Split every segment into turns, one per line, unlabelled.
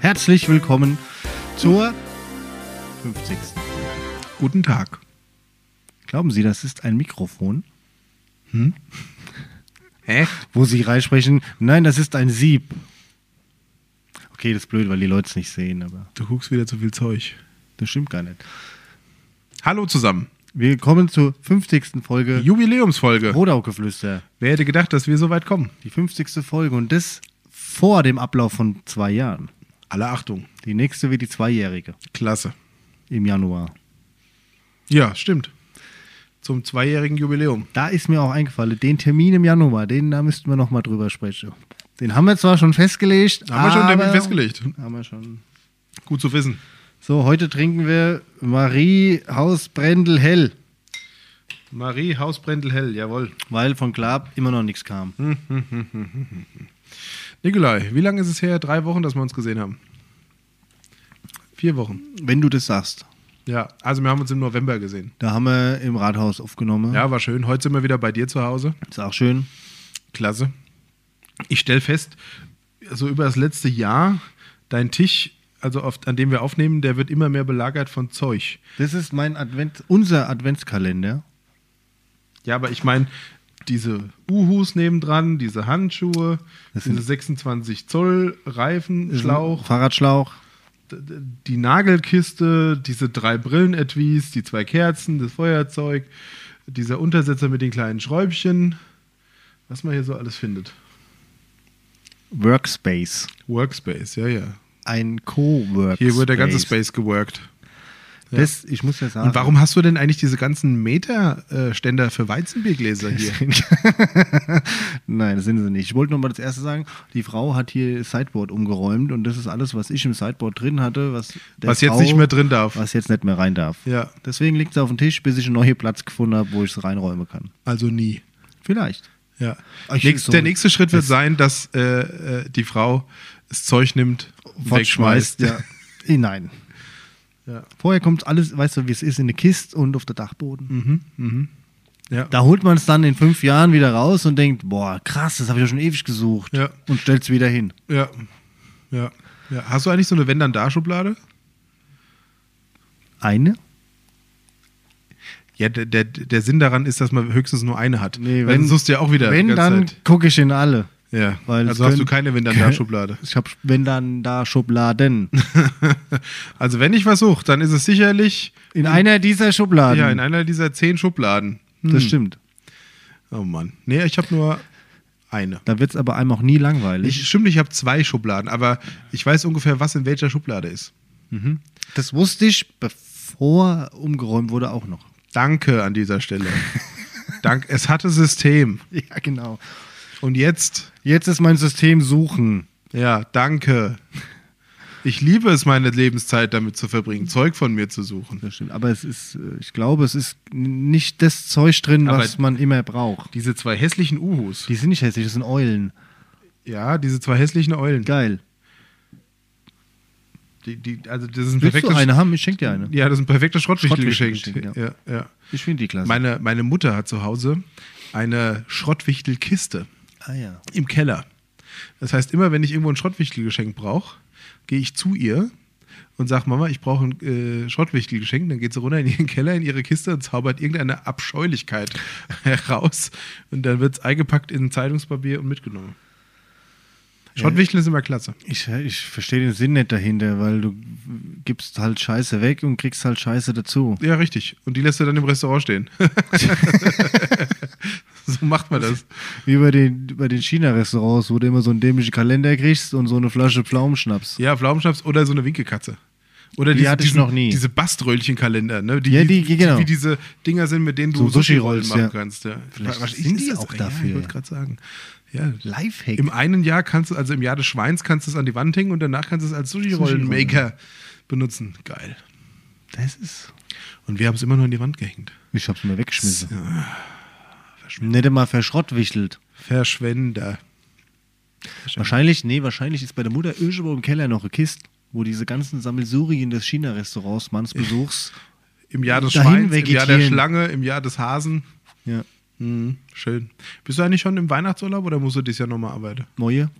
Herzlich willkommen zur 50. Guten Tag. Glauben Sie, das ist ein Mikrofon? Hm?
Hä?
Wo Sie reinsprechen, nein, das ist ein Sieb. Okay, das ist blöd, weil die Leute es nicht sehen, aber
Du guckst wieder zu viel Zeug.
das stimmt gar nicht.
Hallo zusammen.
Wir kommen zur 50. Folge
Jubiläumsfolge.
Rodaugeflüster.
Wer hätte gedacht, dass wir so weit kommen?
Die 50. Folge und das vor dem Ablauf von zwei Jahren.
Alle Achtung.
Die nächste wird die zweijährige
Klasse.
im Januar.
Ja, stimmt. Zum zweijährigen Jubiläum.
Da ist mir auch eingefallen, den Termin im Januar, den da müssten wir nochmal drüber sprechen. Den haben wir zwar schon festgelegt.
Haben wir schon den
aber-
festgelegt.
Haben wir schon.
Gut zu wissen.
So, heute trinken wir Marie Hausbrendel Hell,
Marie Hausbrendel Hell, jawohl.
weil von Klab immer noch nichts kam.
Hm. Nikolai, wie lange ist es her? Drei Wochen, dass wir uns gesehen haben. Vier Wochen.
Wenn du das sagst.
Ja, also wir haben uns im November gesehen.
Da haben wir im Rathaus aufgenommen.
Ja, war schön. Heute sind wir wieder bei dir zu Hause.
Ist auch schön.
Klasse. Ich stelle fest, so über das letzte Jahr, dein Tisch, also auf, an dem wir aufnehmen, der wird immer mehr belagert von Zeug.
Das ist mein Advent, unser Adventskalender.
Ja, aber ich meine, diese Uhus nebendran, diese Handschuhe,
Das sind-
diese 26 Zoll Reifenschlauch,
Fahrradschlauch.
d- d- die Nagelkiste, diese drei Brillen-Etuis, die zwei Kerzen, das Feuerzeug, dieser Untersetzer mit den kleinen Schräubchen, was man hier so alles findet.
Workspace.
Workspace, ja, ja.
Ein Co-Workspace.
Hier wird der ganze Space geworkt.
Das, ich muss ja sagen.
Und warum hast du denn eigentlich diese ganzen Meterständer für Weizenbiergläser hier?
Nein, das sind sie nicht. Ich wollte nur mal das erste sagen. Die Frau hat hier das Sideboard umgeräumt und das ist alles, was ich im Sideboard drin hatte, was, der
Was jetzt
Frau-
nicht mehr drin darf.
Was jetzt nicht mehr rein darf.
Ja.
Deswegen liegt es auf dem Tisch, bis ich einen neuen Platz gefunden habe, wo ich es reinräumen kann.
Also nie.
Vielleicht.
Ja.
Ich-
Nächst,
so-
der nächste Schritt wird sein, dass äh, äh, die Frau das Zeug nimmt, wegschmeißt.
Ja. Eh, Nein.
Ja.
Vorher kommt alles, weißt du, wie es ist, in eine Kiste und auf der Dachboden.
Mhm. Ja.
Da holt man es dann in fünf Jahren wieder raus und denkt, boah, krass, das habe ich ja schon ewig gesucht.
Ja.
Und stellt es wieder hin.
Ja. ja. Ja. Hast du eigentlich so eine Wenn dann da Schublade?
Eine?
Ja, der, der, der Sinn daran ist, dass man höchstens nur eine hat.
Nee,
Weil
wenn-
dann suchst du ja auch wieder. die
Wenn,
ganze
dann
Zeit.
gucke ich in alle.
Ja.
Weil
also
es
hast du
können-
keine Wenn dann da Schublade.
Ich habe, wenn dann da Schubladen.
Also wenn ich was suche, dann ist es sicherlich
In einer dieser Schubladen.
ja, in einer Hm. dieser zehn Schubladen.
Das stimmt.
Oh Mann. Nee, ich habe nur eine.
Da wird es aber einem auch nie langweilig.
Ich, stimmt, ich habe zwei Schubladen, aber ich weiß ungefähr, was in welcher Schublade ist.
das wusste ich, bevor umgeräumt wurde, auch noch.
Danke an dieser Stelle. Dank, es hatte System.
Ja, genau.
Und jetzt,
Jetzt ist mein System suchen.
ja, danke. Ich liebe es, meine Lebenszeit damit zu verbringen, Zeug von mir zu suchen.
Das stimmt. Aber es ist, äh, ich glaube, es ist n- nicht das Zeug drin,
Aber-
was man immer braucht.
Diese zwei hässlichen Uhus.
Die sind nicht hässlich, das sind Eulen.
Ja, diese zwei hässlichen Eulen.
Geil.
Die, die, also das ist ein
Willst du
perfektes,
eine haben? Ich schenke dir eine.
ja, das ist ein perfektes Schrottwichtel geschenkt.
Schrottwichtel geschenkt,
ja, ja.
Ich finde die klasse.
Meine, meine Mutter hat zu Hause eine Schrottwichtelkiste.
ah ja.
im Keller. Das heißt, immer wenn ich irgendwo ein Schrottwichtelgeschenk brauche, gehe ich zu ihr und sage, Mama, ich brauche ein äh, Schrottwichtelgeschenk. Dann geht sie runter in ihren Keller, in ihre Kiste und zaubert irgendeine Abscheulichkeit heraus. Und dann wird es eingepackt in Zeitungspapier und mitgenommen. Schrottwichteln ist immer klasse.
Ich, ich verstehe den Sinn nicht dahinter, weil du gibst halt Scheiße weg und kriegst halt Scheiße dazu.
Ja, richtig. Und die lässt du dann im Restaurant stehen. so macht man das.
Wie bei den, bei den China-Restaurants, wo du immer so einen dämlichen Kalender kriegst und so eine Flasche Pflaumenschnaps.
Ja, Pflaumenschnaps oder so eine Winkelkatze. Oder
Die hatte ich
diesen,
noch nie.
Diese Baströllchenkalender, ne? Die,
Ja, die- genau.
Wie diese Dinger sind, mit denen du
So
Sushi-Rollen
Sushi-Rolls,
machen
ja.
kannst. Ja.
Vielleicht
Was
sind die
das
auch
eigentlich?
dafür,
Ja, ich wollte
ja.
gerade sagen. Ja.
Lifehack.
Im einen Jahr kannst du, also im Jahr des Schweins kannst du es an die Wand hängen und danach kannst du es als Sushi-Rollenmaker benutzen. Geil.
das ist.
Und wir haben es immer nur an die Wand gehängt.
Ich hab's mir weggeschmissen. Nicht immer verschrottwichtelt.
Verschwender.
Wahrscheinlich, nee, wahrscheinlich ist bei der Mutter irgendwo im Keller noch eine Kiste, wo diese ganzen Sammelsurien des China-Restaurants manns Besuchs.
Im Jahr des
Dahin
Schweins, im Jahr der
vegetieren.
Schlange, im Jahr des Hasen.
ja.
Mhm, schön. Bist du eigentlich schon im Weihnachtsurlaub oder musst du dieses Jahr nochmal arbeiten?
Neue.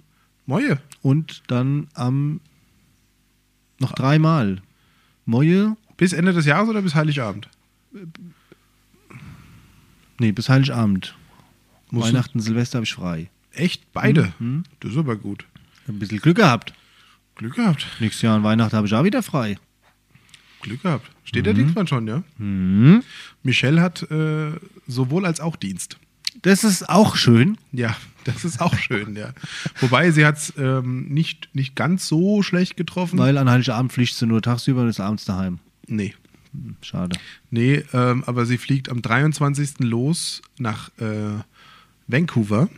Moje.
Und dann am Noch dreimal. Moje,
Bis Ende des Jahres oder bis Heiligabend?
nee, bis Heiligabend.
Musst du-
Weihnachten, Silvester habe ich frei.
Echt? Beide? Das ist aber gut.
Ein bisschen Glück gehabt.
Glück gehabt.
Nächstes Jahr an Weihnachten habe ich auch wieder frei.
Glück gehabt. Steht der Dienstmann schon, ja?
Mhm.
Michelle hat äh, sowohl als auch Dienst.
Das ist auch schön.
Ja, das ist auch schön, ja. Wobei sie hat es ähm, nicht, nicht ganz so schlecht getroffen.
Weil an Heiligabend fliegt sie nur tagsüber und ist abends daheim.
Nee.
Hm, Schade.
Nee, ähm, aber sie fliegt am 23. los nach äh, Vancouver.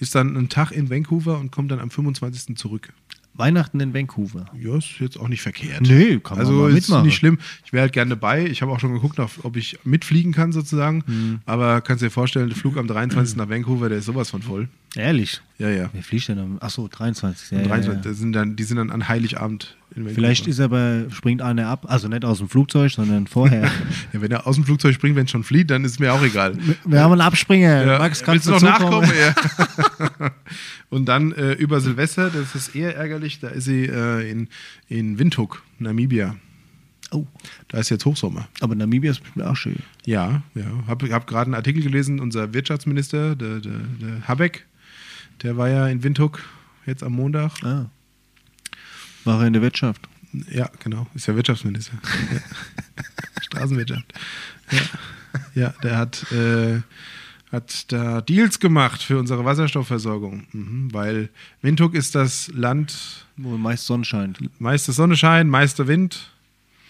Ist dann einen Tag in Vancouver und kommt dann am 25. zurück.
Weihnachten in Vancouver.
Ja, ist jetzt auch nicht verkehrt.
Nee, kann man
also
mal
ist
mitmachen.
nicht schlimm. Ich wäre halt gerne dabei. Ich habe auch schon geguckt, auf- ob ich mitfliegen kann sozusagen.
Mhm.
Aber kannst dir vorstellen, der Flug am 23. nach Vancouver, der ist sowas von voll.
Ehrlich.
Ja, ja.
Wer fliegt denn am. Achso, 23. Ja,
Am
ja,
23.
Ja.
Das sind dann, die sind dann an Heiligabend in Vancouver.
Vielleicht ist aber, springt einer ab. Also nicht aus dem Flugzeug, sondern vorher.
ja, wenn er aus dem Flugzeug springt, wenn es schon flieht, dann ist mir auch egal.
Wir haben einen Abspringer.
Ja,
Max, kannst
willst du noch
dazukommen?
nachkommen? Ja. Und dann äh, über Silvester, das ist eher ärgerlich, da ist sie äh, in, in Windhoek, Namibia.
Oh,
Da ist jetzt Hochsommer.
aber Namibia ist bestimmt auch schön.
Ja, ja. Hab, hab gerade einen Artikel gelesen, unser Wirtschaftsminister, der, der, der Habeck, der war ja in Windhoek jetzt am Montag.
Ah. War er in der Wirtschaft.
Ja, genau. Ist ja Wirtschaftsminister. ja. Straßenwirtschaft. Ja, ja der hat, äh, hat da Deals gemacht für unsere Wasserstoffversorgung. Mhm, weil Windhoek ist das Land,
Wo meist Sonne scheint.
meiste Sonnenschein, meister Wind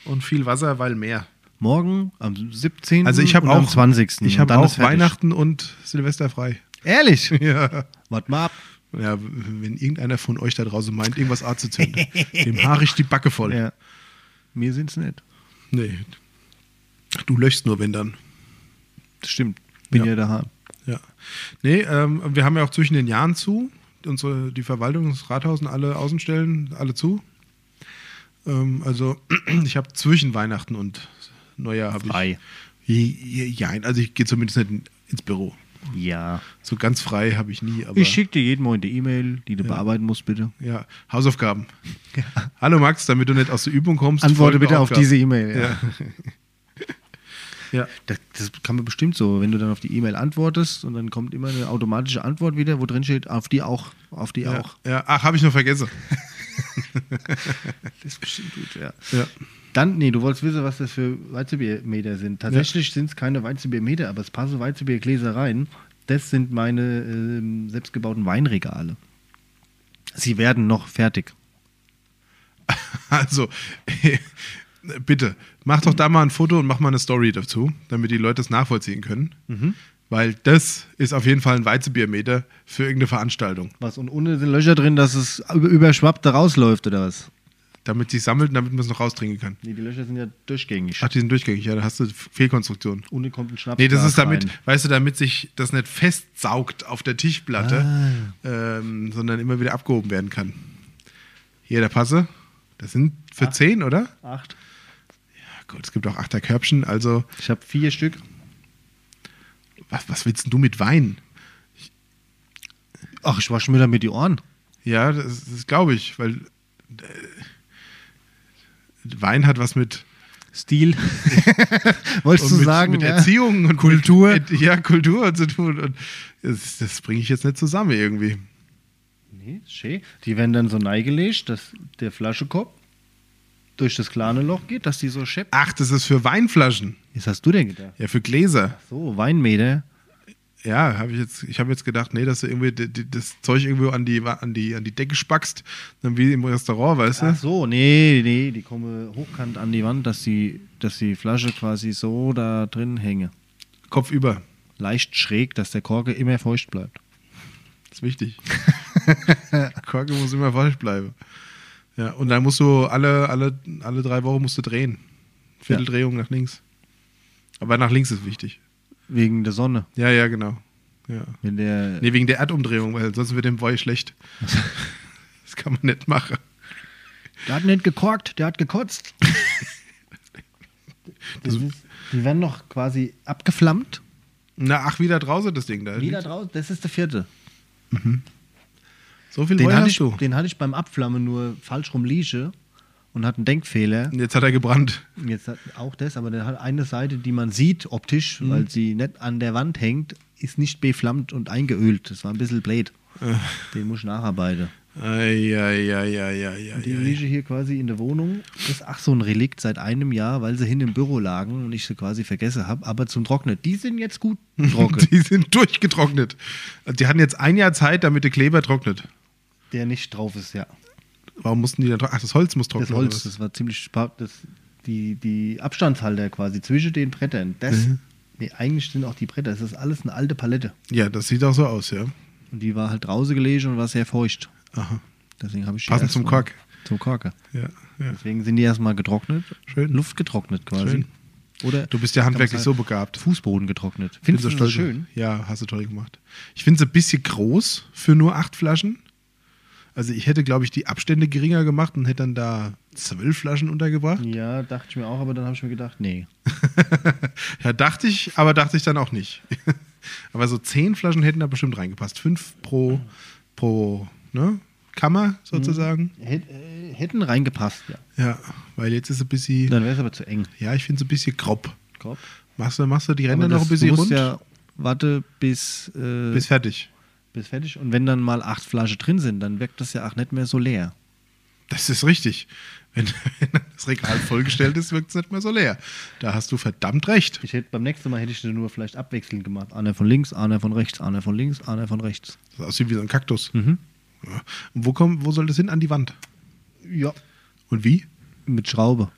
und viel Wasser, weil Meer.
Morgen am 17.
Also ich habe
und
auch
am 20.
Ich
und
habe
dann
auch
ist fertig.
Weihnachten und Silvester frei.
Ehrlich?
ja.
Warte mal ab.
Ja, wenn irgendeiner von euch da draußen meint, irgendwas anzuzünden, dem haare ich die Backe voll.
Ja. Mir sind's nicht.
Nee. Du löschst nur, wenn dann.
Das stimmt. Bin
Ja.
ja, daheim.
Ja. Nee, ähm, wir haben ja auch zwischen den Jahren zu. Unsere, die Verwaltung, das Rathaus und alle Außenstellen, alle zu. Ähm, also, ich habe zwischen Weihnachten und Neujahr habe ich.
Frei.
Je- je- Ja, also ich gehe zumindest nicht in- ins Büro.
Ja.
So ganz frei habe ich nie, aber.
Ich schicke dir jeden Morgen die E-Mail, die du bearbeiten musst, bitte.
ja, Hausaufgaben. Hallo Max, damit du nicht aus der Übung kommst.
Antworte
folgende
bitte auf
Aufgaben.
diese E-Mail. Ja.
Ja. ja.
Das, das kann man bestimmt so, wenn du dann auf die E-Mail antwortest und dann kommt immer eine automatische Antwort wieder, wo drin steht, auf die auch, auf die
Ja,
auch.
ja. Ach, habe ich noch vergessen.
Das ist bestimmt gut, ja.
Ja.
Dann, nee, du wolltest wissen, was das für Weizebiermeter sind. Tatsächlich sind es keine Weizebiermeter, aber es passen Weizebiergläser rein. Das sind meine ähm, selbstgebauten Weinregale. Sie werden noch fertig.
Also, bitte, mach doch da mal ein Foto und mach mal eine Story dazu, damit die Leute das nachvollziehen können.
Mhm.
Weil das ist auf jeden Fall ein Weizebiermeter für irgendeine Veranstaltung.
Was, und ohne sind Löcher drin, dass es über- überschwappt da rausläuft, oder was?
Damit sie sammelt und damit man es noch raustrinken kann.
Nee, die Löcher sind ja durchgängig.
Ach, die sind durchgängig, ja, da hast du Fehlkonstruktion.
Ohne kommt ein Schnaps.
Nee, das ist damit, weißt du, damit sich das nicht festsaugt auf der Tischplatte,
Ah.
ähm, sondern immer wieder abgehoben werden kann. Hier, der Passe. Das sind für
Ah.
zehn, oder?
Acht.
Ja, gut, es gibt auch Achterkörbchen, also
Ich habe vier Stück.
was, was willst denn du mit Wein?
Ach, ich wasche mir damit die Ohren.
Ja, das, das glaube ich, weil äh, Wein hat was mit,
Stil. Wolltest
und
du
mit,
sagen?
mit
ja?
Erziehung und
Kultur.
Mit, ja, Kultur zu tun. Und das, das bringe ich jetzt nicht zusammen irgendwie.
Nee, schön. Die werden dann so neigelegt, dass der Flaschenkopf durch das kleine Loch geht, dass die so scheppen.
Ach, das ist für Weinflaschen.
Was hast du denn gedacht?
Ja, für Gläser.
So, Weinmäder.
Ja, habe ich jetzt, ich habe jetzt gedacht, nee, dass du irgendwie die, die, das Zeug irgendwo an die, an die, an die Decke spackst, dann wie im Restaurant, weißt
Ach
du?
so, nee, nee, die kommen hochkant an die Wand, dass die, dass die Flasche quasi so da drin hänge.
Kopf über.
Leicht schräg, dass der Korke immer feucht bleibt.
Ist wichtig. Korke muss immer falsch bleiben. Ja, und dann musst du alle, alle, alle drei Wochen musst du drehen. Vierteldrehung nach links. Aber nach links ist wichtig.
Wegen der Sonne.
Ja, ja, genau. Ja.
Wenn der.
Nee, wegen der Erdumdrehung, weil sonst wird dem Boy schlecht. das kann man nicht machen.
Der hat nicht gekorkt, der hat gekotzt. Das ist, die werden noch quasi abgeflammt.
Na, ach, wieder draußen das Ding da.
Wieder draußen, das ist der vierte.
So viel
Den
Boy
hatte,
hast
ich,
du.
den hatte ich beim Abflammen nur falsch rum liege und hat einen Denkfehler.
Und Jetzt hat er gebrannt.
Und Jetzt hat auch das, aber der hat eine Seite, die man sieht optisch, weil sie nicht an der Wand hängt, ist nicht beflammt und eingeölt. Das war ein bisschen blöd. Den muss ich nacharbeiten. Die
Eieieiei.
liege hier quasi in der Wohnung. Das ist ach so ein Relikt seit einem Jahr, weil sie hin im Büro lagen und ich sie quasi vergessen habe. Aber zum Trocknen, die sind jetzt gut trocken.
Die sind durchgetrocknet. Also die hatten jetzt ein Jahr Zeit, damit der Kleber trocknet.
der nicht drauf ist, ja.
Warum mussten die dann trocknen? Ach, das Holz muss trocknen.
Das Holz, das war ziemlich spa- das, die, die Abstandshalter quasi zwischen den Brettern. Das,
Mhm.
nee, eigentlich sind auch die Bretter. Das ist alles eine alte Palette.
Ja, das sieht auch so aus, ja.
Und die war halt draußen gelegen und war sehr feucht.
Aha.
Deswegen habe ich die
Passend
erst
zum
mal-
Kork.
Zum Kork.
Ja, ja.
Deswegen sind die erstmal getrocknet.
Schön.
Luft getrocknet quasi.
Schön.
Oder
Du bist ja
kann man
handwerklich
sagen,
so begabt.
Fußboden getrocknet.
Bin
Findest
so
du das
stolz.
schön?
Ja, hast du toll gemacht. Ich finde es ein bisschen groß für nur acht Flaschen. Also ich hätte, glaube ich, die Abstände geringer gemacht und hätte dann da zwölf Flaschen untergebracht.
Ja, dachte ich mir auch, aber dann habe ich mir gedacht, nee.
Ja, dachte ich, aber dachte ich dann auch nicht. aber so zehn Flaschen hätten da bestimmt reingepasst. Fünf pro, pro ne? Kammer sozusagen.
Hätt, äh, hätten reingepasst, Mhm. ja.
Ja, weil jetzt ist ein bisschen,
Dann wäre es aber zu eng.
ja, ich finde es ein bisschen grob.
Korb.
Machst du, machst du die
Aber
Ränder noch
das-
ein bisschen
du musst
rund?
ja warte bis, äh,
Bis
bis,
fertig.
fertig. Und wenn dann mal acht Flaschen drin sind, dann wirkt das ja auch nicht mehr so leer.
Das ist richtig. Wenn, wenn das Regal vollgestellt ist, wirkt es nicht mehr so leer. Da hast du verdammt recht.
Ich hätte beim nächsten Mal hätte ich das nur vielleicht abwechselnd gemacht. Einer von links, einer von rechts, einer von links, einer von rechts.
Das aussieht wie so ein Kaktus.
Mhm.
Ja. Und wo, komm, wo soll das hin? An die Wand.
Ja.
Und wie?
Mit Schraube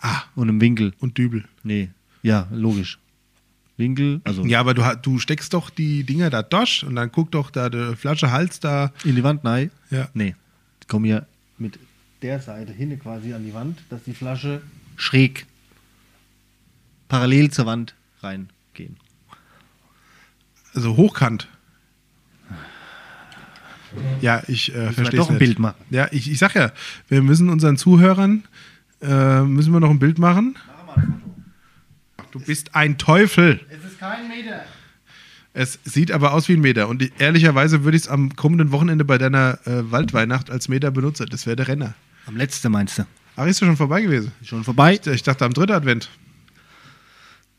Ah,
und im Winkel.
und Dübel.
Nee. Ja, logisch. Winkel, also
Ja, aber du, ha- du steckst doch die Dinger da durch und dann guck doch da der Flasche Hals da.
in die Wand, nein.
Ja.
Nee. Die kommen ja mit der Seite hin quasi an die Wand, dass die Flasche schräg parallel zur Wand reingehen.
Also hochkant. Ja, ich äh,
wir
verstehe
doch ein
nicht.
Bild machen.
Ja, ich, ich sag ja, wir müssen unseren Zuhörern, äh, müssen wir noch ein Bild machen. Du bist ein Teufel.
Es ist kein Meter.
Es sieht aber aus wie ein Meter. Und ich, ehrlicherweise würde ich es am kommenden Wochenende bei deiner äh, Waldweihnacht als Meter benutzen. Das wäre der Renner.
Am letzten meinst du?
Ach, ist ja schon vorbei gewesen.
Schon vorbei.
Ich, ich dachte am dritten Advent.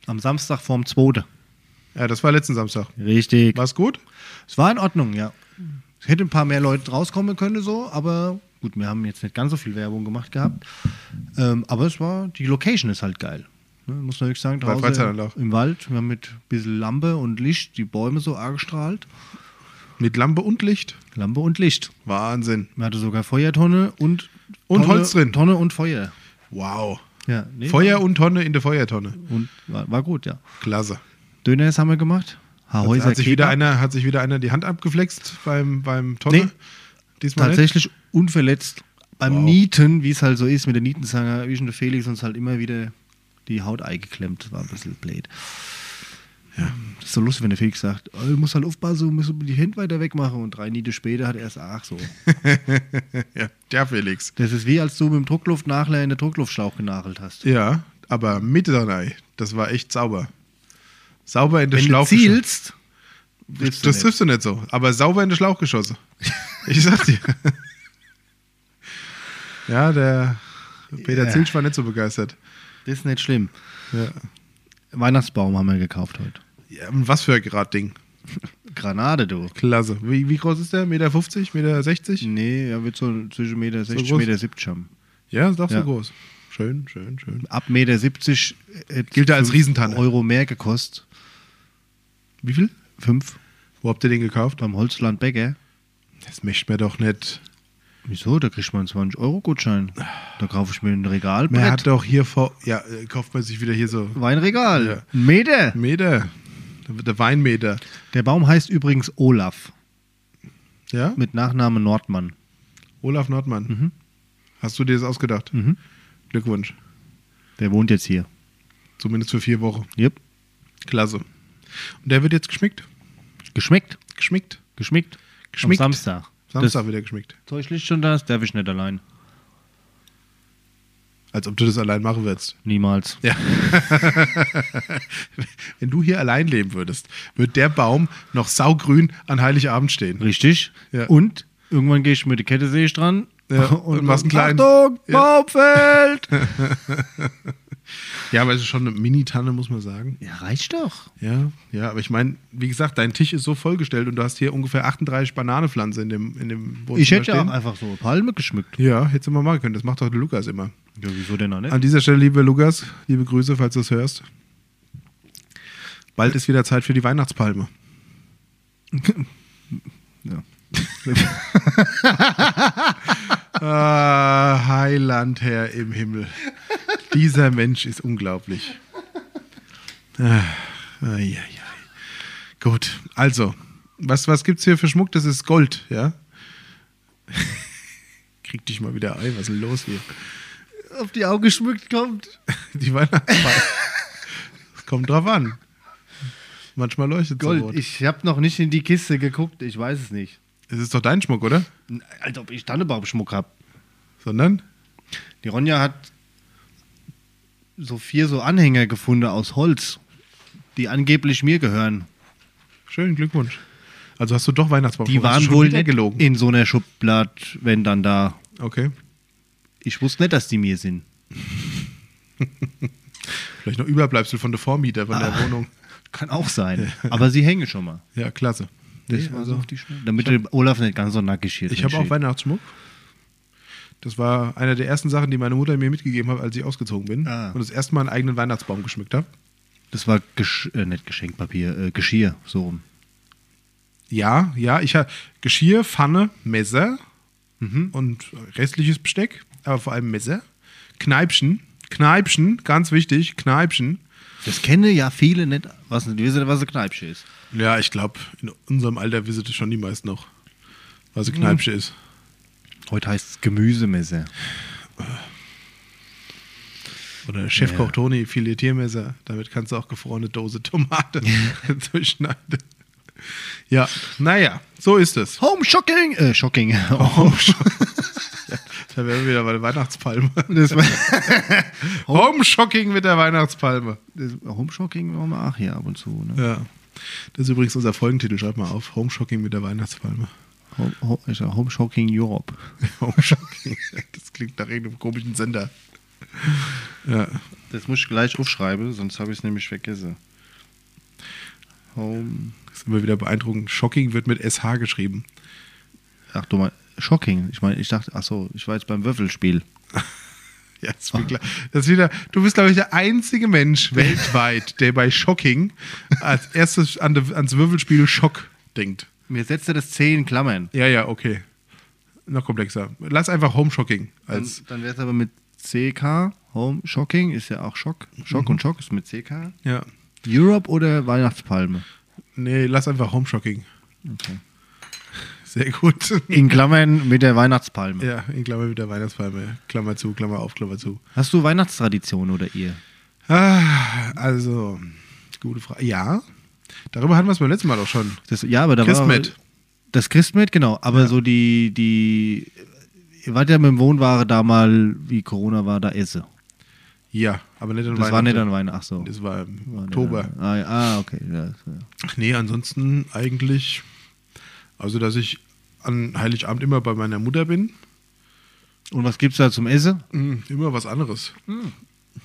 Am Samstag vorm 2.
Ja, das war letzten Samstag.
Richtig.
War's gut?
Es war in Ordnung, ja. Es hätte ein paar mehr Leute rauskommen können, so, aber gut, wir haben jetzt nicht ganz so viel Werbung gemacht gehabt. Ähm, aber es war, die Location ist halt geil. Ne, muss man wirklich sagen,
Bei
draußen
Freizeitland auch.
im Wald, wir haben mit ein bisschen Lampe und Licht die Bäume so angestrahlt.
Mit Lampe und Licht.
Lampe und Licht.
Wahnsinn.
Man hatte sogar Feuertonne und,
Und
Tonne,
Holz drin.
Tonne und Feuer.
Wow.
Ja, nee,
Feuer und Tonne in der Feuertonne.
war- Und war, war gut, ja.
Klasse.
Döners haben wir gemacht. Haarhäuser
Hat sich, wieder
Kebab.
einer, hat sich wieder einer die Hand abgeflext beim, beim Tonne?
Nee.
Diesmal nicht?
tatsächlich unverletzt beim
Wow.
Nieten, wie es halt so ist mit der Nietenzange, wie schon der Felix uns halt immer wieder die Haut eingeklemmt, war ein bisschen blöd. Ja, das ist so lustig, wenn der Felix sagt, oh, du musst halt aufpassen, du musst die Hände weiter wegmachen und drei Niete später hat er es ach so.
Ja, der Felix.
Das ist wie als du mit dem Druckluftnachler in den Druckluftschlauch genagelt hast.
Ja, aber mit Donai. Das war echt sauber. Sauber in den
Wenn
Schlauch.
du zielst,
Das,
triffst du
das
nicht.
triffst du nicht so. Aber sauber in den Schlauch geschossen. Ich sag dir. ja, der Peter
Ja.
Zilch war nicht so begeistert.
das ist nicht schlimm.
Ja.
Weihnachtsbaum haben wir gekauft heute.
Ja, und was für ein Grad-Ding.
Granate, du.
Klasse. Wie, wie groß ist der? Meter 50, Meter 60?
Nee, er wird so zwischen Meter 60
groß?
Meter 70 haben.
Ja, ist doch
Ja.
so groß. Schön, schön, schön.
Ab Meter 70 äh,
Gilt er als
fünf
Riesentanne.
Euro mehr gekostet.
Wie viel?
Fünf
Wo habt ihr den gekauft?
beim Holzland Bäcker.
Das möchte mir doch nicht.
Wieso? Da kriegt man einen 20-Euro-Gutschein. Da kaufe ich mir ein Regalbrett.
Man hat doch hier vor. Ja, äh, kauft man sich wieder hier so.
Weinregal.
Ja.
Ein Meter.
Meter. Der Weinmeter.
Der Baum heißt übrigens Olaf.
Ja?
Mit Nachnamen Nordmann.
Olaf Nordmann. Hast du dir das ausgedacht?
Mhm.
Glückwunsch.
Der wohnt jetzt hier.
Zumindest für vier Wochen.
Yep.
Klasse. Und der wird jetzt geschmickt.
Geschmeckt.
Geschmickt.
Geschmeckt.
Geschmickt.
Am Samstag.
Samstag
Das
wird er geschmickt.
Zeug liegt schon da, das darf ich nicht allein.
Als ob du das allein machen würdest.
Niemals.
Ja. Wenn du hier allein leben würdest, wird der Baum noch saugrün an Heiligabend stehen.
Richtig.
Ja.
Und irgendwann gehe ich mit der Kette sehe ich dran
Ja, und machst einen kleinen-
Achtung,
Ja.
Baumfeld!
Ja, aber es ist schon eine Mini-Tanne, muss man sagen.
Ja, reicht doch.
Ja, ja, aber ich meine, wie gesagt, dein Tisch ist so vollgestellt und du hast hier ungefähr 38 Bananenpflanzen in dem, in dem Wohnzimmer
Ich hätte auch
stehen.
einfach so Palme geschmückt.
Ja, hättest du mal machen können. Das macht doch Lukas immer.
Ja, wieso denn auch nicht?
An dieser Stelle, lieber Lukas, liebe Grüße, falls du es hörst. Bald ist wieder Zeit für die Weihnachtspalme.
Ja.
Ah, Heiland, Herr im Himmel. Dieser Mensch ist unglaublich. Ah, ai, ai, ai. Gut, also, was, was gibt es hier für Schmuck? Das ist Gold, ja? Krieg dich mal wieder ein, was ist denn los hier?
Auf die Augen geschmückt kommt.
Die Weihnachtsfeier. Es kommt drauf an. Manchmal leuchtet
Gold. Ich habe noch nicht in die Kiste geguckt. Ich weiß es nicht.
Es ist doch dein Schmuck, oder?
Als ob ich Tannebaumschmuck habe.
Sondern?
Die Ronja hat so vier so Anhänger gefunden aus Holz, die angeblich mir gehören.
Schönen Glückwunsch. Also hast du doch Weihnachtsbaum.
Die
Hast du
waren
schon
wohl
wieder
nicht
gelogen.
in so einer Schublade, wenn dann da.
Okay.
Ich wusste nicht, dass die mir sind.
Vielleicht noch Überbleibsel von der Vormieter, von
Ah.
der Wohnung.
Kann auch sein. Aber sie hängen schon mal.
Ja, klasse. Nee, also,
Damit der Olaf nicht ganz so nackig hier
ich
drin
habe auch
steht.
Weihnachtsschmuck. Das war eine der ersten Sachen, die meine Mutter mir mitgegeben hat, als ich ausgezogen bin.
Ah.
Und das erste Mal einen eigenen Weihnachtsbaum geschmückt habe.
Das war Gesch äh, nicht Geschenkpapier, äh, Geschirr, so rum.
Ja, ja, ich habe Geschirr, Pfanne, Messer mhm, und restliches Besteck, aber vor allem Messer. Kneipschen, Kneipschen, ganz wichtig, Kneipschen.
Das kenne ja viele nicht, was, die wissen, nicht, was ein Kneipsche ist.
Ja, ich glaube, in unserem Alter wissen das schon die meisten noch, was eine Kneipsche ist.
Heute heißt es Gemüsemesser.
Oder Chefkoch Toni, Filetiermesser. Damit kannst du auch gefrorene Dose Tomate durchschneiden. Ja, naja, so ist es.
Home Shocking! Äh, Shocking.
Oh, schon. da wären wir wieder bei der Weihnachtspalme.
Das war,
Home-Shocking mit der Weihnachtspalme.
das, Home Shocking machen wir auch hier ab und zu. Ne?
Ja. Das ist übrigens unser Folgentitel. Schreib mal auf. Home-Shocking mit der Weihnachtspalme.
Home, Home, ist ja Home Shocking Europe.
Home-Shocking. Das klingt nach irgendeinem komischen Sender. Ja.
Das muss ich gleich aufschreiben, sonst habe ich es nämlich vergessen. Home.
Ist immer wieder beeindruckend. Shocking wird mit SH geschrieben.
Ach du mal, Shocking. Ich meine, ich dachte, ach so, ich war jetzt beim Würfelspiel.
Ja, ist mir klar. Das ist wieder, du bist, glaube ich, der einzige Mensch weltweit, der bei Shocking als erstes an de, ans Würfelspiel Schock denkt.
Mir setzt er das C in Klammern.
Ja, ja, okay. Noch komplexer. Lass einfach Home Shocking
Dann,
als.
dann wäre es aber mit CK, Home Shocking ist ja auch Schock. Schock
Mhm.
und Schock ist mit CK.
Ja.
Europe oder Weihnachtspalme?
Nee, lass einfach Home Shocking.
Okay.
Sehr gut.
In Klammern mit der Weihnachtspalme.
Ja, in Klammer mit der Weihnachtspalme. Klammer zu, Klammer auf, Klammer zu.
Hast du Weihnachtstradition oder ihr?
Ah, also, gute Frage. Ja, darüber hatten wir es beim letzten Mal doch schon.
Das, ja, aber da
Christmet.
war das Christmet, genau. Aber so die die ihr wart ja mit dem Wohnware da mal, wie Corona war, da esse.
Ja, aber nicht an
Das war
Weihnachten.
nicht an Weihnachten. Ach so.
Das war im
War nicht
Oktober.
an- Ah, ja, ah, okay. Ja, das, ja.
Ach Nee, ansonsten eigentlich, also dass ich an Heiligabend immer bei meiner Mutter bin,
Und was gibt's da zum Essen?
immer was anderes. Mhm.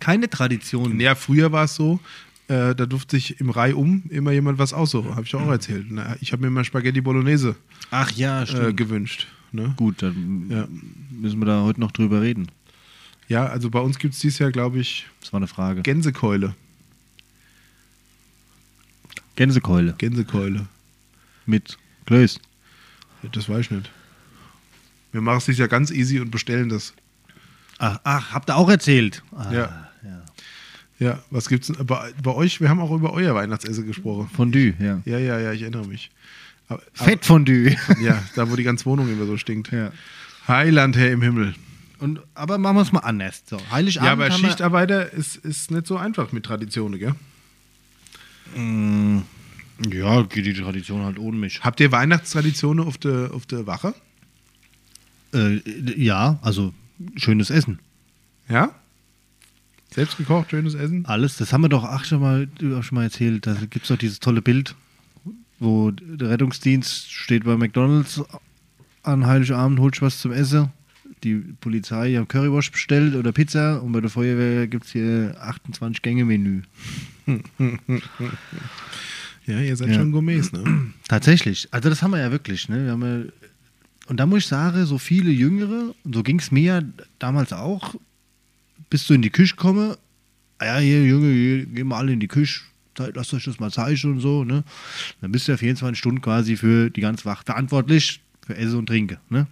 Keine Tradition.
Ja, früher war es so, äh, da durfte sich im Reih um immer jemand was aussuchen, habe ich auch erzählt. Na, ich habe mir mal Spaghetti Bolognese
Ach ja,
äh,
stimmt.
gewünscht. Ne?
Gut, dann
Ja.
müssen wir da heute noch drüber reden.
ja, also bei uns gibt es dieses Jahr, glaube ich,
Das war eine Frage.
Gänsekeule.
Gänsekeule
Gänsekeule.
mit Klöß.
Ja, das weiß ich nicht. Wir machen es dieses Jahr ganz easy und bestellen das.
Ach, ach, habt ihr auch erzählt? Ah,
Ja.
ja.
Ja, was gibt's denn? Bei, bei euch, wir haben auch über euer Weihnachtsessen gesprochen.
Fondue, ja.
Ja, ja, ja, ich erinnere mich. Aber,
Fettfondue.
Ja, da wo die ganze Wohnung immer so stinkt.
Ja.
Heiland, Herr im Himmel.
Und, aber machen wir es mal anders. So, Heiligabend
ja, aber
haben wir-
Schichtarbeiter ist, ist nicht so einfach mit Traditionen, gell?
Mm, Ja, geht die Tradition halt ohne mich.
Habt ihr Weihnachtstraditionen auf der auf der Wache?
Äh, ja, also schönes Essen.
Ja? Selbst gekocht, schönes Essen?
Alles, das haben wir doch auch schon mal, du hast schon mal erzählt. Da gibt es doch dieses tolle Bild, wo der Rettungsdienst steht bei McDonalds an Heiligabend holst du was zum Essen. Die Polizei hat Currywurst bestellt oder Pizza und bei der Feuerwehr gibt es hier 28 Gänge Menü.
Ja, ihr seid
Ja.
schon Gourmets, ne?
Tatsächlich. Also das haben wir ja wirklich. Ne? Wir haben ja, und da muss ich sagen, so viele Jüngere, und so ging es mir ja damals auch, bis du in die Küche komme, ah ja, hier, Junge, hier, geh mal alle in die Küche, zeig- lasst euch das mal zeigen und so. Ne? Dann bist du ja 24 Stunden quasi für die ganze Wacht verantwortlich, für Essen und Trinken. Ne?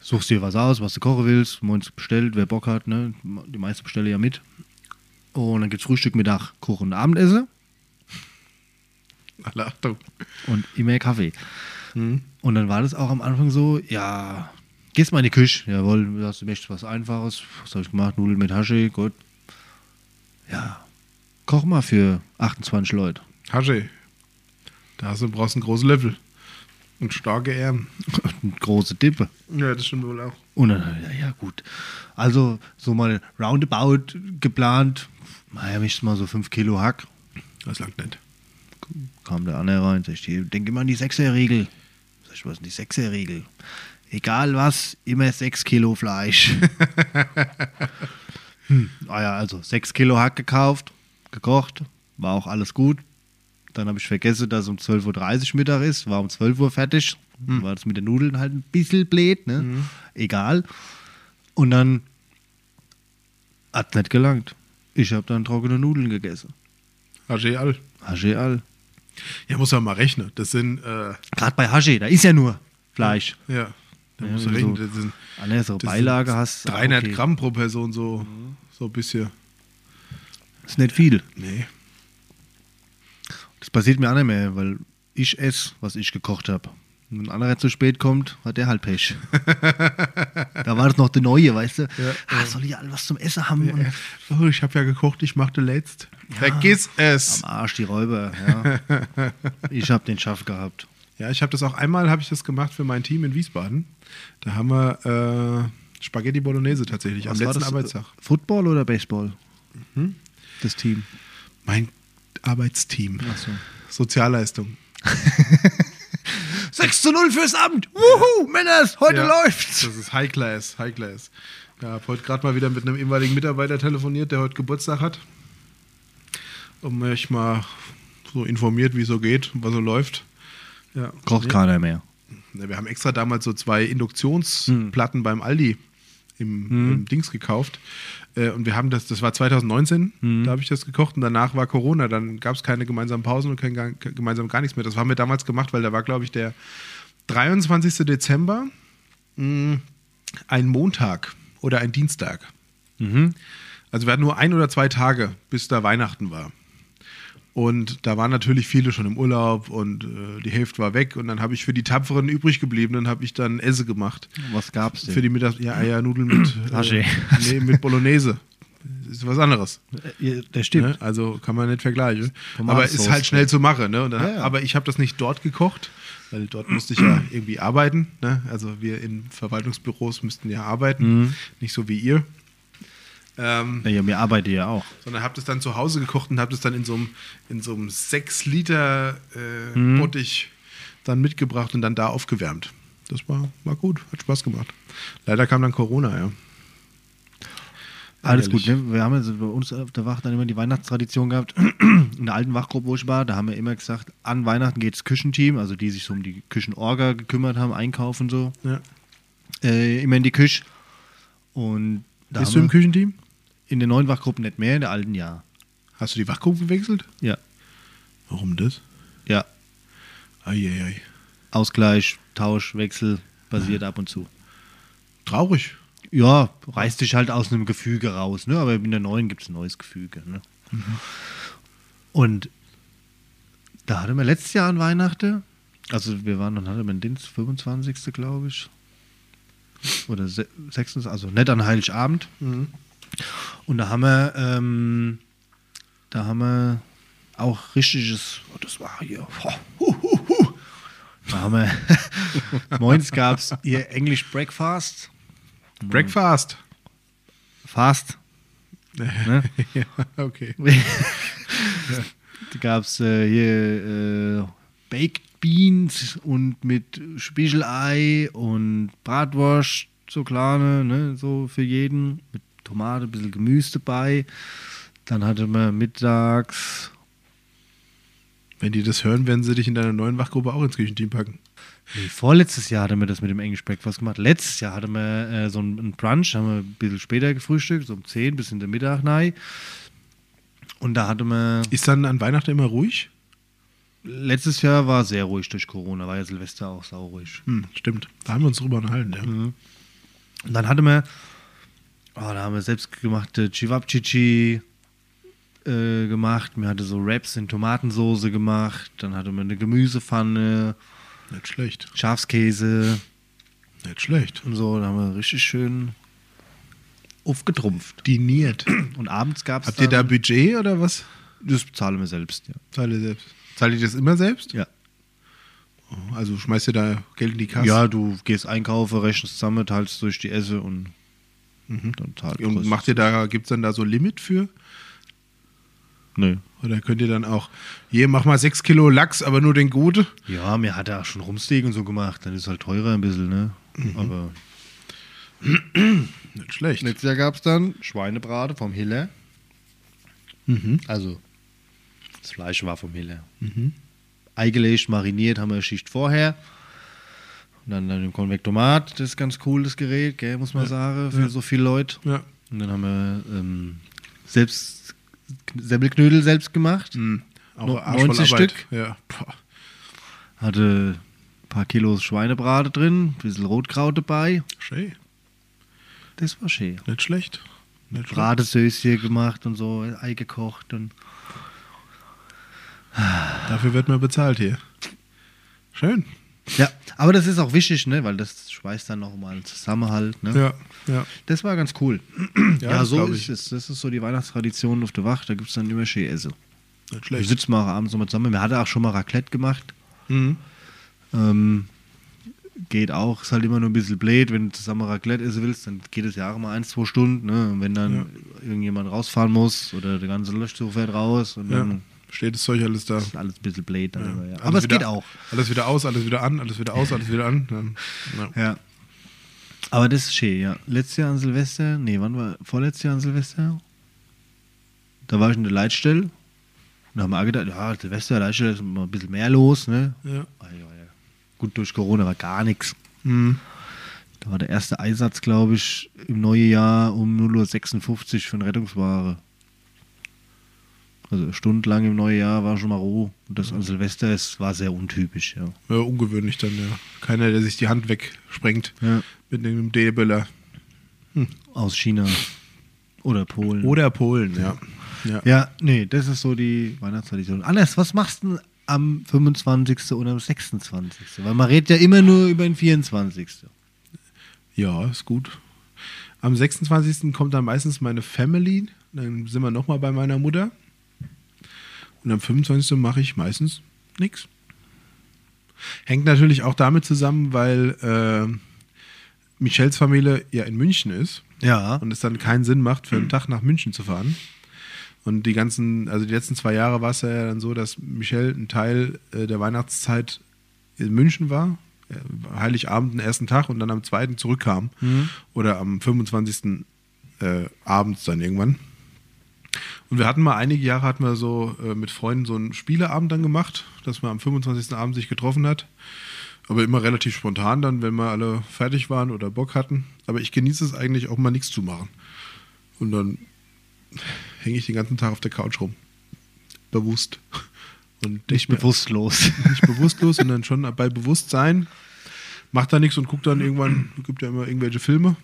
Suchst dir was aus, was du kochen willst, morgens bestellt, wer Bock hat, ne? die meisten bestelle ja mit. Und dann gibt's Frühstück, Mittag, Kuchen und Abendessen
Alle Achtung. Hm?
und immer Kaffee. Und dann war das auch am Anfang so, ja, gehst mal in die Küche, jawohl, du sagst, du möchtest was Einfaches, was habe ich gemacht, Nudeln mit Hasche, gut. Ja, koch mal für 28 Leute.
Hasche. Da hast du, brauchst einen großen Löffel. Und starke Ärmel.
Und große Dippe.
Ja, das stimmt wohl auch.
Und dann, ja, ja, gut. Also, so mal roundabout geplant, naja, möchtest mal so 5 Kilo Hack.
Das langt nicht.
Kam der andere rein, sag ich, hier, denk immer an die 6er-Regel. Sag ich, was ist denn die 6er-Regel? Egal was, immer 6 Kilo Fleisch. hm, ah ja, also 6 Kilo Hack gekauft, gekocht, war auch alles gut. Dann habe ich vergessen, dass um 12.30 Uhr Mittag ist, war um 12 Uhr fertig. War das mit den Nudeln halt ein bisschen blöd, ne? Egal. Und dann hat nicht gelangt. Ich habe dann trockene Nudeln gegessen.
Hasche all.
Hasche all.
Ja, muss man mal rechnen. Das sind, äh,
Gerade bei Hasche, da ist ja nur Fleisch.
ja. Da
Ja,
muss
wenn
man
du
rechnen.
so
Das sind,
An der
das
Beilage
sind
hast
300
okay. Mhm.
Gramm pro Person, so, so ein bisschen.
ist nicht viel.
Nee.
Das passiert mir auch nicht mehr, weil ich esse, was ich gekocht habe. Und Wenn ein anderer zu spät kommt, hat der halt Pech. da war das noch der Neue, weißt du? Ach, soll ich alle was zum Essen haben? Und
Oh, ich habe ja gekocht, ich machte letzt. Vergiss es.
am Arsch, die Räuber. Ja. ich habe den Schaff gehabt.
Ja, ich habe das auch einmal habe ich das gemacht für mein Team in Wiesbaden. Da haben wir äh, Spaghetti Bolognese tatsächlich am
Was war
letzten
das?
Arbeitstag.
Football oder Baseball? Hm? Das Team.
Mein Arbeitsteam.
Ach so.
Sozialleistung.
6 zu 0 fürs Amt. Wuhu, Männers, heute
Ja,
läuft's.
Das ist High Class, High Class. Ja, habe heute gerade mal wieder mit einem ehemaligen Mitarbeiter telefoniert, der heute Geburtstag hat. Und mich mal so informiert, wie es so geht, was so läuft. Ja.
Kocht keiner mehr.
Ne, Wir haben extra damals so zwei Induktionsplatten
Hm.
beim Aldi im, im Dings gekauft. Äh, und wir haben das, das war 2019,
Hm.
da habe ich das gekocht und danach war Corona. Dann gab es keine gemeinsamen Pausen und kein, gar- gemeinsam gar nichts mehr. Das haben wir damals gemacht, weil da war, glaube ich, der 23. Dezember mh, ein Montag oder ein Dienstag.
Mhm.
Also wir hatten nur ein oder zwei Tage, bis da Weihnachten war. Und da waren natürlich viele schon im Urlaub und äh, die Hälfte war weg. Und dann habe ich für die tapferen übrig gebliebenen habe ich dann Esse gemacht.
Was gab's denn?
Für die Mittags ja, Eiernudeln mit äh,
Haché.
nee, mit Bolognese. Ist was anderes.
Ja, das
Ne? Also kann man nicht vergleichen. Aber
Tomatensauce.
ist halt schnell zu machen. Ne? Und dann,
Ja, ja.
Aber ich habe das nicht dort gekocht, weil dort musste ich ja irgendwie arbeiten. Ne? Also wir in Verwaltungsbüros müssten ja arbeiten,
Mhm.
nicht so wie ihr. Ähm,
Ja, ja, wir arbeiten ja auch.
sondern hab das dann zu Hause gekocht und hab das dann in so einem, in so einem 6 Liter äh,
Mhm.
Bottich dann mitgebracht und dann da aufgewärmt. Das war, war gut, hat Spaß gemacht. Leider kam dann Corona, ja.
Alles
Ehrlich.
gut, ne? Wir haben also bei uns auf der Wacht dann immer die Weihnachtstradition gehabt. In der alten Wachgruppe, wo ich war, da haben wir immer gesagt, an Weihnachten geht's Küchenteam, also die sich so um die Küchenorga gekümmert haben, einkaufen und so,
ja.
äh, immer in die Küche. Und da
Bist du
haben
im
wir
Küchenteam?
in den neuen Wachgruppen nicht mehr, in der alten ja.
Hast du die Wachgruppe gewechselt?
Ja.
Warum das?
Ja.
Eieiei.
Ausgleich, Tausch, Wechsel passiert ab und zu.
Traurig.
ja, reißt dich halt aus einem Gefüge raus, ne? Aber in der neuen gibt es ein neues Gefüge. Ne? Und da hatten wir letztes Jahr an Weihnachten, also wir waren dann hatten wir den Dienst 25. glaube ich. Oder se- 26. Also nicht an Heiligabend. Und da haben wir, ähm, da haben wir auch richtiges, oh, das war hier, boah, hu, hu, hu. da haben wir, moins gab es hier English Breakfast.
Mhm. Breakfast.
Fast. Ne?
ja, okay.
da gab es äh, hier äh, Baked Beans und mit Spiegelei und Bratwurst, so kleine, ne, so für jeden, mit Tomate, ein bisschen Gemüse dabei. Dann hatte man mittags,
Wenn die das hören, werden sie dich in deiner neuen Wachgruppe auch ins Küchenteam packen.
nee, vorletztes Jahr hatte man das mit dem English Breakfast gemacht. Letztes Jahr hatte man äh, so einen Brunch, haben wir ein bisschen später gefrühstückt, so um 10 bis in der Mittag rein. Und da hatte man,
Ist dann an Weihnachten immer ruhig?
letztes Jahr war sehr ruhig durch Corona, war ja Silvester auch sauruhig.
Hm, stimmt. Da haben wir uns drüber unterhalten, ja.
Und dann hatte man, oh, da haben wir selbstgemachte Chivapchichi äh, gemacht. Mir hatte so Wraps in Tomatensoße gemacht. Dann hatte man eine Gemüsepfanne,
Nicht schlecht.
Schafskäse
Nicht schlecht.
und so. Da haben wir richtig schön aufgetrumpft.
Diniert.
Und abends gab es.
Habt ihr da Budget oder was?
Das bezahlen wir selbst, ja.
Zahlt ihr selbst? Zahlt ihr das immer selbst?
Ja.
Also schmeißt ihr da Geld in die Kasse?
Ja, du gehst einkaufen, rechnest zusammen, teilst durch die Esse und dann teilst
Und macht ihr da, gibt es dann da so ein Limit für?
Nö.
Oder könnt ihr dann auch, hier mach mal 6 Kilo Lachs, aber nur den Gute?
Ja, mir hat er auch schon Rumsteak und so gemacht. Dann ist halt teurer ein bisschen, ne? Aber
Nicht schlecht.
Letztes Jahr gab es dann Schweinebrate vom Hiller. Also, das Fleisch war vom Hiller.
Mhm.
Eingelegt, mariniert haben wir eine Schicht vorher. Und dann, dann im Konvektomat, das ist ganz cool, das Gerät, gell, muss man sagen, für so viele Leute.
Ja.
Und dann haben wir ähm, selbst Semmelknödel selbst gemacht.
Hm. Auch
No-
Arsch voll
90
Arbeit.
Stück?
Ja. Boah.
Hatte ein paar Kilos Schweinebrate drin, ein bisschen Rotkraut dabei.
Schön.
Das war schön.
Nicht schlecht. Nicht schlecht.
Bratesöschen gemacht und so, Ei gekocht und
Dafür wird man bezahlt hier. Schön.
Ja, aber das ist auch wichtig, ne? weil das schweißt dann nochmal Zusammenhalt. Ne?
Ja, ja.
Das war ganz cool. Ja,
das
so
glaub
ist es. Das ist so die Weihnachtstradition auf der Wach. Da gibt es dann immer schön Essen.
Nicht
Wir
schlecht.
sitzen mal abends nochmal zusammen. Wir hatten auch schon mal Raclette gemacht.
Mhm.
Ähm, geht auch. Ist halt immer nur ein bisschen blöd. Wenn du zusammen Raclette essen willst, dann geht es ja auch immer ein, zwei Stunden. Ne? Und wenn dann
Ja.
irgendjemand rausfahren muss oder der ganze Löschzug fährt raus und
Ja.
dann
Steht das Zeug alles da.
ist alles ein bisschen blöd. Dann immer, ja.
Alles
Aber es
wieder-
geht auch.
Alles wieder aus, alles wieder an, alles wieder aus, alles wieder an. Ja. Ja.
Ja. Aber das ist schön, ja. Letztes Jahr an Silvester, nee, wann war, vorletztes Jahr an Silvester? Da war ich in der Leitstelle und da haben wir auch gedacht, ja, Silvester, Leitstelle ist immer ein bisschen mehr los, ne?
Ja.
Ah, ja, ja. Gut, durch Corona war gar nichts.
Mhm.
Da war der erste Einsatz, glaube ich, im neuen Jahr um 0.56 Uhr für eine Rettungsware. Also stundenlang im neuen Jahr war schon mal roh. Und das an Silvester ist, war sehr untypisch, ja.
ja, ungewöhnlich dann, ja. Keiner, der sich die Hand wegsprengt
Ja.
mit einem D-Böller.
Aus China oder Polen.
Oder Polen, ja. Ja.
Mhm. Ja, nee, das ist so die Weihnachtstradition. Anders, was machst du denn am 25. und am 26.? Weil man redet ja immer nur über den 24.
Ja, ist gut. Am 26. kommt dann meistens meine Family. Dann sind wir nochmal bei meiner Mutter. Und am 25. mache ich meistens nichts. Hängt natürlich auch damit zusammen, weil äh, Michels Familie ja in München ist
Ja.
und es dann keinen Sinn macht, für einen Tag nach München zu fahren. Und die ganzen, also die letzten zwei Jahre war es ja dann so, dass Michel ein Teil äh, der Weihnachtszeit in München war, äh, Heiligabend den ersten Tag und dann am zweiten zurückkam. Oder am 25. Äh, abends dann irgendwann. Und wir hatten mal einige Jahre hatten wir so äh, mit Freunden so einen Spieleabend dann gemacht, dass man am 25. Abend sich getroffen hat. Aber immer relativ spontan dann, wenn wir alle fertig waren oder Bock hatten. Aber ich genieße es eigentlich auch mal nichts zu machen. Und dann hänge ich den ganzen Tag auf der Couch rum. Bewusst. Und
Nicht
denk mir-
bewusstlos.
nicht bewusstlos, sondern schon bei Bewusstsein. Macht da nichts und guckt dann irgendwann, gibt ja immer irgendwelche Filme,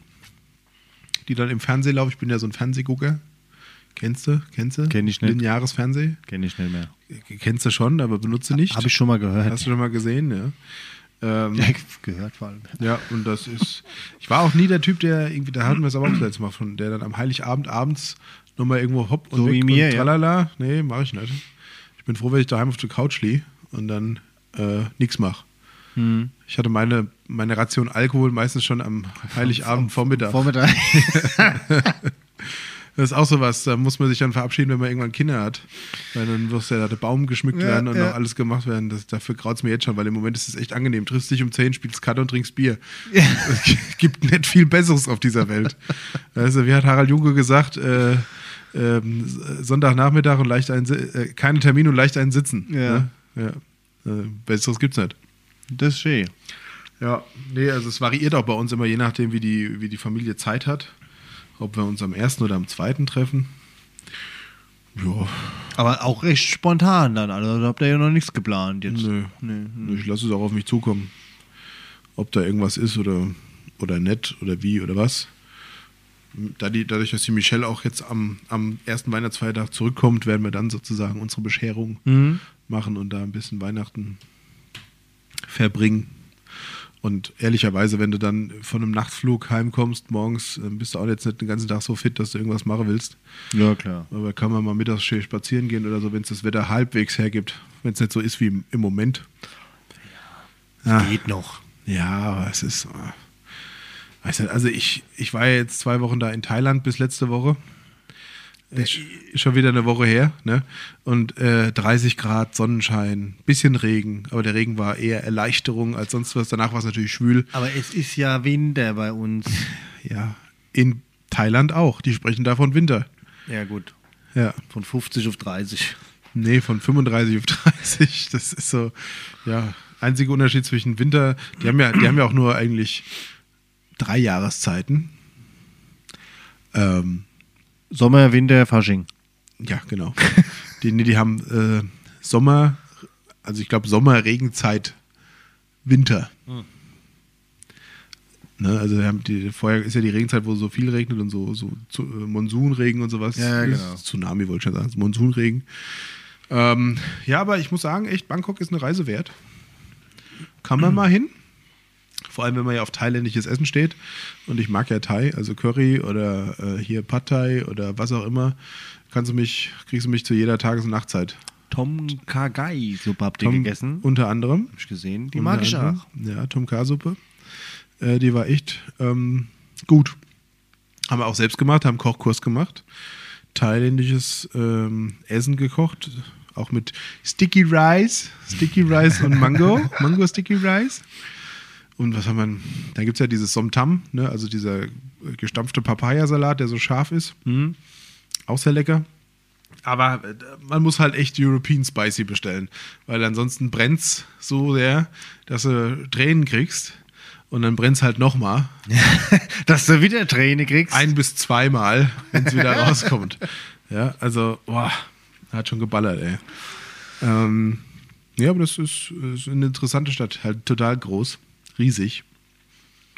die dann im Fernsehen laufen. Ich bin ja so ein Fernsehgucker. Kennst du? Kennst du?
Kenn ich nicht.
Lineares Fernsehen.
Kenn ich nicht mehr.
Kennst du schon, aber benutze nicht.
Habe ich schon mal gehört.
Hast du schon mal gesehen, ja. Ähm,
Ja, gehört vor allem.
ja, und das ist. Ich war auch nie der Typ, der irgendwie, da hatten wir es aber auch letztes Mal von, der dann am Heiligabend abends nochmal irgendwo hopp und,
So
weg
wie mir,
und
ja.
tralala. Nee, mache ich nicht. Ich bin froh, wenn ich daheim auf der Couch liege und dann äh, nichts mache.
Hm.
Ich hatte meine, meine Ration Alkohol meistens schon am Heiligabend Vormittag.
Vormittag.
Das ist auch sowas, da muss man sich dann verabschieden, wenn man irgendwann Kinder hat. Weil dann muss ja da der Baum geschmückt
Ja,
werden und
ja.
noch alles gemacht werden. Das, dafür graut es mir jetzt schon, weil im Moment ist es echt angenehm. Triffst dich um 10, spielst Karte und trinkst Bier. Es gibt nicht viel Besseres auf dieser Welt. Also, wie hat Harald Junge gesagt, äh, ähm, S- Sonntagnachmittag und leicht ein, Si- äh, keine Termine und leicht einen Sitzen.
Ja.
Ne? ja. Äh, Besseres gibt's nicht.
Das ist schön.
Ja, nee, also es variiert auch bei uns immer, je nachdem, wie die, wie die Familie Zeit hat. Ob wir uns am ersten oder am zweiten treffen. Ja,
Aber auch recht spontan dann. Also da habt ihr ja noch nichts geplant jetzt.
nö.
Nee,
Ich lasse es auch auf mich zukommen. Ob da irgendwas ist oder, oder nett oder wie oder was. Da die, dadurch, dass die Michelle auch jetzt am, am ersten Weihnachtsfeiertag zurückkommt, werden wir dann sozusagen unsere Bescherung
Mhm.
machen und da ein bisschen Weihnachten verbringen. Und ehrlicherweise, wenn du dann von einem Nachtflug heimkommst, morgens äh, bist du auch jetzt nicht den ganzen Tag so fit, dass du irgendwas machen willst.
Ja, klar.
Aber kann man mal mittags schön spazieren gehen oder so, wenn es das Wetter halbwegs hergibt. Wenn es nicht so ist wie im, im Moment. Ah.
Geht noch.
Ja, aber es ist. äh, Weiß nicht, also ich, ich war ja jetzt zwei Wochen da in Thailand bis letzte Woche. Ist sch- ist schon wieder eine Woche her, ne? Und äh, 30 Grad, Sonnenschein, bisschen Regen, aber der Regen war eher Erleichterung als sonst was. Danach war es natürlich schwül.
Aber es ist ja Winter bei uns.
Ja, in Thailand auch. Die sprechen da von Winter.
Ja, gut.
Ja.
Von 50 auf 30.
Nee, von 35 auf 30. Das ist so, ja, einziger Unterschied zwischen Winter. Die haben ja, die haben ja auch nur eigentlich drei Jahreszeiten. Ähm,
Sommer, Winter, Fasching.
ja, genau. Die, nee, die haben äh, Sommer, also ich glaube Sommer, Regenzeit, Winter.
Hm.
Ne, also wir haben die, vorher ist ja die Regenzeit, wo so viel regnet und so, so zu, äh, Monsunregen und sowas.
Ja, ja,
Ist-
genau.
Tsunami wollte ich schon sagen, ist Monsunregen. Ähm, ja, aber ich muss sagen, echt, Bangkok ist eine Reise wert. Kann man mal hin. Vor allem, wenn man ja auf thailändisches Essen steht. Und ich mag ja Thai, also Curry oder äh, hier Pad Thai oder was auch immer. Kannst du mich, kriegst du mich zu jeder Tages- und Nachtzeit.
Tom Kagai Suppe habt ihr
Tom-
gegessen.
Unter anderem.
Hab ich gesehen. Die
Unter
mag ich
anderem.
auch.
Ja, Tom K-Suppe. Äh, die war echt ähm, gut. Haben wir auch selbst gemacht, haben Kochkurs gemacht. Thailändisches ähm, Essen gekocht. Auch mit Sticky Rice. Sticky Rice und Mango. Mango Sticky Rice. Und was haben wir? denn? Da gibt es ja dieses Somtam, ne? also dieser äh, gestampfte Papayasalat, der so scharf ist.
Mhm.
Auch sehr lecker. Aber äh, man muss halt echt European Spicy bestellen, weil ansonsten brennt's so sehr, dass du Tränen kriegst und dann brennt's halt nochmal.
Dass du wieder Träne kriegst.
Ein bis zweimal, wenn's wieder rauskommt. Ja, also, boah, hat schon geballert, ey. Ähm, ja, aber das ist, ist eine interessante Stadt, halt total groß, riesig.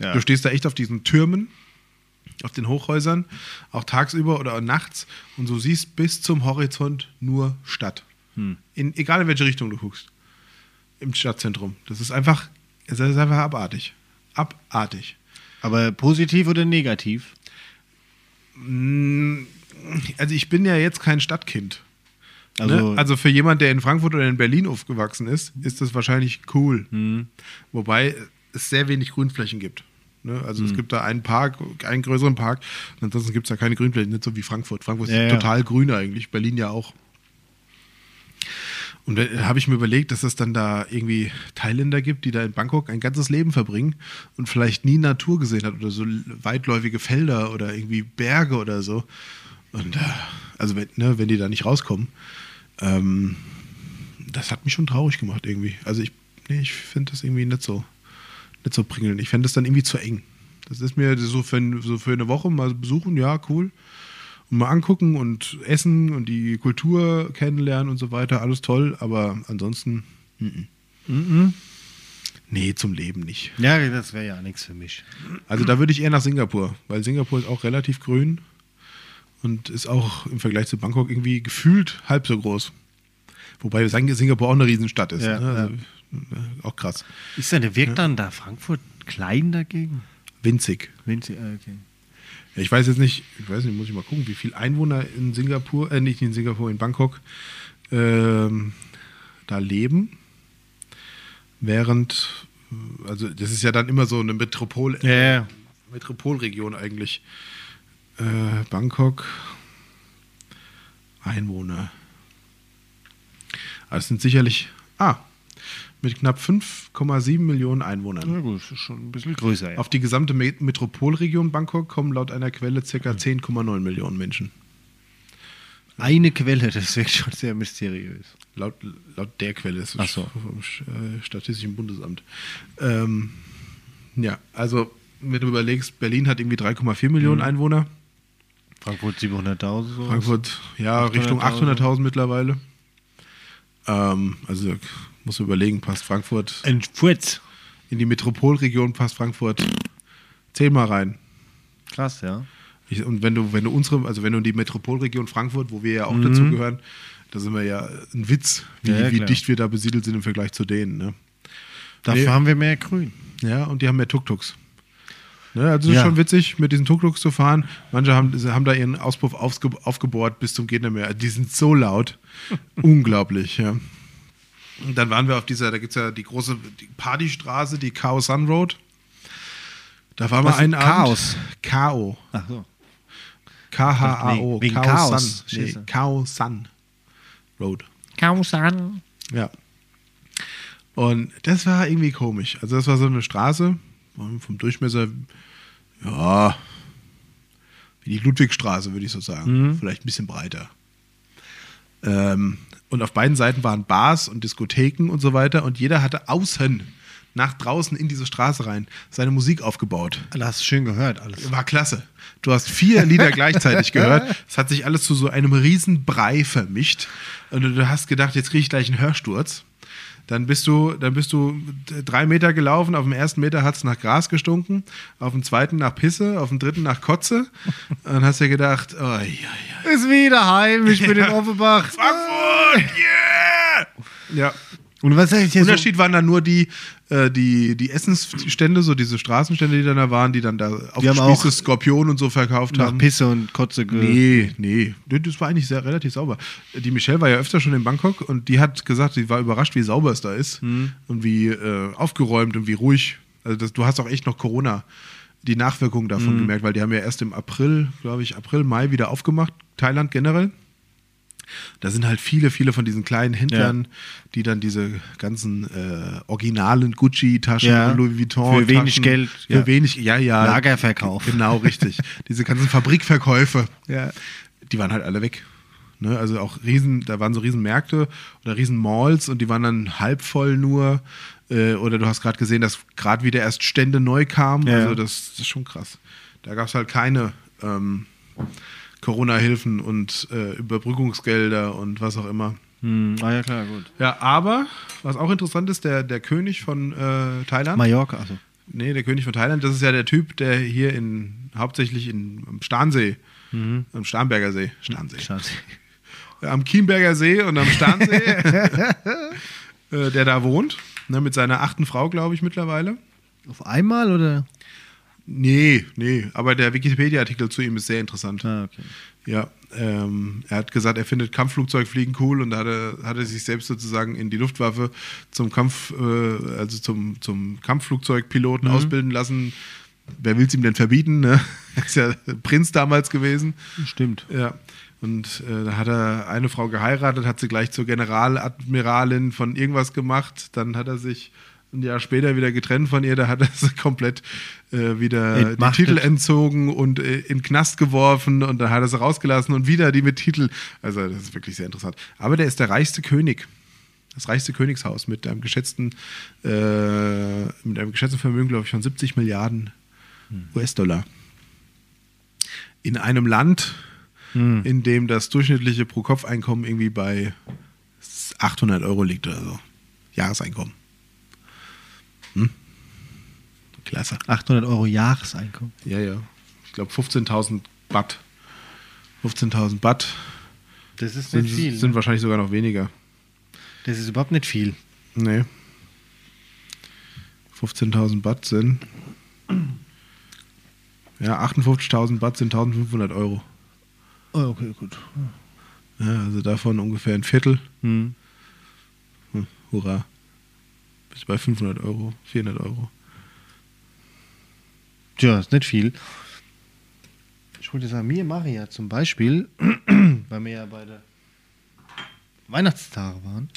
ja.
Du stehst da echt auf diesen Türmen, auf den Hochhäusern, auch tagsüber oder auch nachts und so siehst bis zum Horizont nur Stadt. In, egal in welche Richtung du guckst. Im Stadtzentrum. Das ist einfach, es ist einfach abartig. Abartig.
Aber positiv oder negativ?
Also ich bin ja jetzt kein Stadtkind. Also,
Also,
ne? also für jemand, der in Frankfurt oder in Berlin aufgewachsen ist, ist das wahrscheinlich cool. Wobei es sehr wenig Grünflächen gibt. Ne? Also es gibt da einen Park, einen größeren Park. Und ansonsten gibt es da keine Grünflächen, nicht so wie Frankfurt. Frankfurt ist
Ja, ja.
total grün eigentlich, Berlin ja auch. Und da habe ich mir überlegt, dass es dann da irgendwie Thailänder gibt, die da in Bangkok ein ganzes Leben verbringen und vielleicht nie Natur gesehen hat oder so weitläufige Felder oder irgendwie Berge oder so. Und äh, also wenn, ne, wenn die da nicht rauskommen, ähm, das hat mich schon traurig gemacht irgendwie. Also ich, nee, ich finde das irgendwie nicht so, nicht so pringeln. Ich fände das dann irgendwie zu eng. Das ist mir so für, ein- so für eine Woche mal besuchen, ja, cool. Und mal angucken und essen und die Kultur kennenlernen und so weiter, alles toll. Aber ansonsten, mm -mm. nee, zum Leben nicht.
ja, das wäre ja nichts für mich.
Also da würde ich eher nach Singapur, weil Singapur ist auch relativ grün und ist auch im Vergleich zu Bangkok irgendwie gefühlt halb so groß. Wobei wir sagen, Singapur auch eine Riesenstadt ist.
Ja,
ne? also, ne, Auch krass.
Ist denn, wirkt dann da Frankfurt klein dagegen?
Winzig.
Winzig, ah, okay.
Ja, ich weiß jetzt nicht, ich weiß nicht, muss ich mal gucken, wie viel Einwohner in Singapur, äh, nicht in Singapur, in Bangkok ähm, da leben. Während, äh, also das ist ja dann immer so eine Metropol
Ja, ja.
Metropolregion eigentlich. Äh, Bangkok, Einwohner. Also es sind sicherlich, ah, mit knapp 5,7 Millionen Einwohnern.
Na gut, das ist schon ein bisschen größer. Ja.
Auf die gesamte Me- Metropolregion Bangkok kommen laut einer Quelle ca.
Mhm.
10,9 Millionen Menschen.
Eine Quelle, das wirkt schon sehr mysteriös.
Laut, laut der Quelle ist
Ach so.
vom Sch- äh, Statistischen Bundesamt. Ähm, ja, also wenn du überlegst, Berlin hat irgendwie 3,4 Millionen
Mhm.
Einwohner,
Frankfurt 700.000. so.
Frankfurt ja
800.000.
Richtung 800.000 mittlerweile. Ähm, also muss überlegen, passt Frankfurt
Ein Furz.
in die Metropolregion, passt Frankfurt zehnmal rein.
Krass, ja.
Ich, und wenn du, wenn du unsere, also wenn du in die Metropolregion Frankfurt, wo wir ja auch dazugehören, da sind wir ja ein Witz, wie,
Mhm. Ja, ja,
wie
klar.
dicht wir da besiedelt sind im Vergleich zu denen. Ne?
Dafür
Nee.
haben wir mehr Grün.
Ja, und die haben mehr Tuk-Tuks. Ne, also es
Ja.
ist schon witzig, mit diesen Tuk-Tuks zu fahren. Manche haben, haben da ihren Auspuff aufge, aufgebohrt bis zum Gegner mehr. Die sind so laut. Unglaublich, ja. Und dann waren wir auf dieser, da gibt es ja die große die Partystraße, die Khao Sun Road. Da waren
Was
wir einen
ist Chaos?
Abend. K.O.
Ach so.
K-H-A-O.
Nee, wegen
Khao
Chaos.
Sun. Nee,
Scheiße.
Khao Sun Road.
Kausan.
Ja. Und das war irgendwie komisch. Also das war so eine Straße ähm, vom Durchmesser, ja, wie die Ludwigstraße, würde ich so sagen.
Mhm.
Vielleicht ein bisschen breiter. Ähm, und auf beiden Seiten waren Bars und Diskotheken und so weiter. Und jeder hatte außen, nach draußen in diese Straße rein, seine Musik aufgebaut.
Du hast schön gehört, alles.
War klasse. Du hast vier Lieder gleichzeitig gehört. Es hat sich alles zu so einem riesen Brei vermischt. Und du hast gedacht, jetzt kriege ich gleich einen Hörsturz. Dann bist du, dann bist du drei Meter gelaufen. Auf dem ersten Meter hat es nach Gras gestunken, auf dem zweiten nach Pisse, auf dem dritten nach Kotze. Dann hast du dir gedacht, oh, ja, ja.
Ist wieder heimisch mit dem Offenbach.
Frankfurt, yeah! Ja.
Und was sag ich jetzt?
Unterschied waren dann nur die, äh, die, die Essensstände, so diese Straßenstände, die dann da waren, die dann da auf
Die haben
Spieße
auch
Skorpion und so verkauft
So nach
haben.
Pisse und Kotze ge
Nee, nee. Nee, Das war eigentlich sehr relativ sauber. Die Michelle war ja öfter schon in Bangkok und die hat gesagt, sie war überrascht, wie sauber es da ist
Hm.
und wie äh, aufgeräumt und wie ruhig. Also das, du hast auch echt noch Corona, die Nachwirkungen
Hm.
davon gemerkt, weil die haben ja erst im April, glaube ich, April, Mai wieder aufgemacht, Thailand generell. Da sind halt viele, viele von diesen kleinen Händlern, die dann diese ganzen äh, originalen Gucci-Taschen
Ja.
und Louis Vuitton.
Für wenig Geld,
Für
ja.
wenig, ja, ja.
Lagerverkauf.
Genau, richtig. Diese ganzen Fabrikverkäufe,
Ja.
die waren halt alle weg. Ne? Also auch riesen, da waren so riesen Märkte oder riesen Malls und die waren dann halb voll nur. Äh, oder du hast gerade gesehen, dass gerade wieder erst Stände neu kamen.
Ja.
Also das, das ist schon krass. Da gab es halt keine ähm, Corona-Hilfen und äh, Überbrückungsgelder und was auch immer.
Hm, ah ja, klar, gut.
Ja, aber was auch interessant ist, der, der König von äh, Thailand.
Mallorca, also.
Nee, der König von Thailand, das ist ja der Typ, der hier in hauptsächlich in, am Starnsee, am Starnberger See, Starnsee,
Schade.
am Chiemberger See und am Starnsee, äh, der da wohnt, ne, mit seiner achten Frau, glaube ich, mittlerweile.
Auf einmal oder?
Nee, nee, aber der Wikipedia-Artikel zu ihm ist sehr interessant.
Ah, okay.
Ja, ähm, er hat gesagt, er findet Kampfflugzeugfliegen cool und da hat er, hat er sich selbst sozusagen in die Luftwaffe zum Kampf, äh, also zum, zum Kampfflugzeugpiloten ausbilden lassen. Wer will es ihm denn verbieten? Ne? Er ist ja Prinz damals gewesen.
Stimmt.
Ja. Und äh, da hat er eine Frau geheiratet, hat sie gleich zur Generaladmiralin von irgendwas gemacht. Dann hat er sich ein Jahr später wieder getrennt von ihr. Da hat er sie komplett äh, wieder den
Entmachtet.
Titel entzogen und äh, in den Knast geworfen. Und dann hat er sie rausgelassen und wieder die mit Titel. Also, das ist wirklich sehr interessant. Aber der ist der reichste König. Das reichste Königshaus mit einem geschätzten, äh, mit einem geschätzten Vermögen, glaube ich, von 70 Milliarden US-Dollar. In einem Land,
Hm.
in dem das durchschnittliche Pro-Kopf-Einkommen irgendwie bei 800 Euro liegt oder so. Jahreseinkommen. Hm? Klasse.
800 Euro Jahreseinkommen.
Ja, ja. Ich glaube 15.000 Baht. 15.000 Baht
Das ist
sind, sind wahrscheinlich sogar noch weniger.
Das ist überhaupt nicht viel.
Nee. 15.000 Baht sind. Ja, 58.000 Baht sind 1.500 Euro.
Oh, okay, gut.
Ja, also davon ungefähr ein Viertel.
Hm.
Hm, hurra. Bist bei 500 Euro, 400 Euro.
Tja, ist nicht viel. Ich wollte sagen, mir mache ja zum Beispiel, weil wir ja beide Weihnachtstage waren,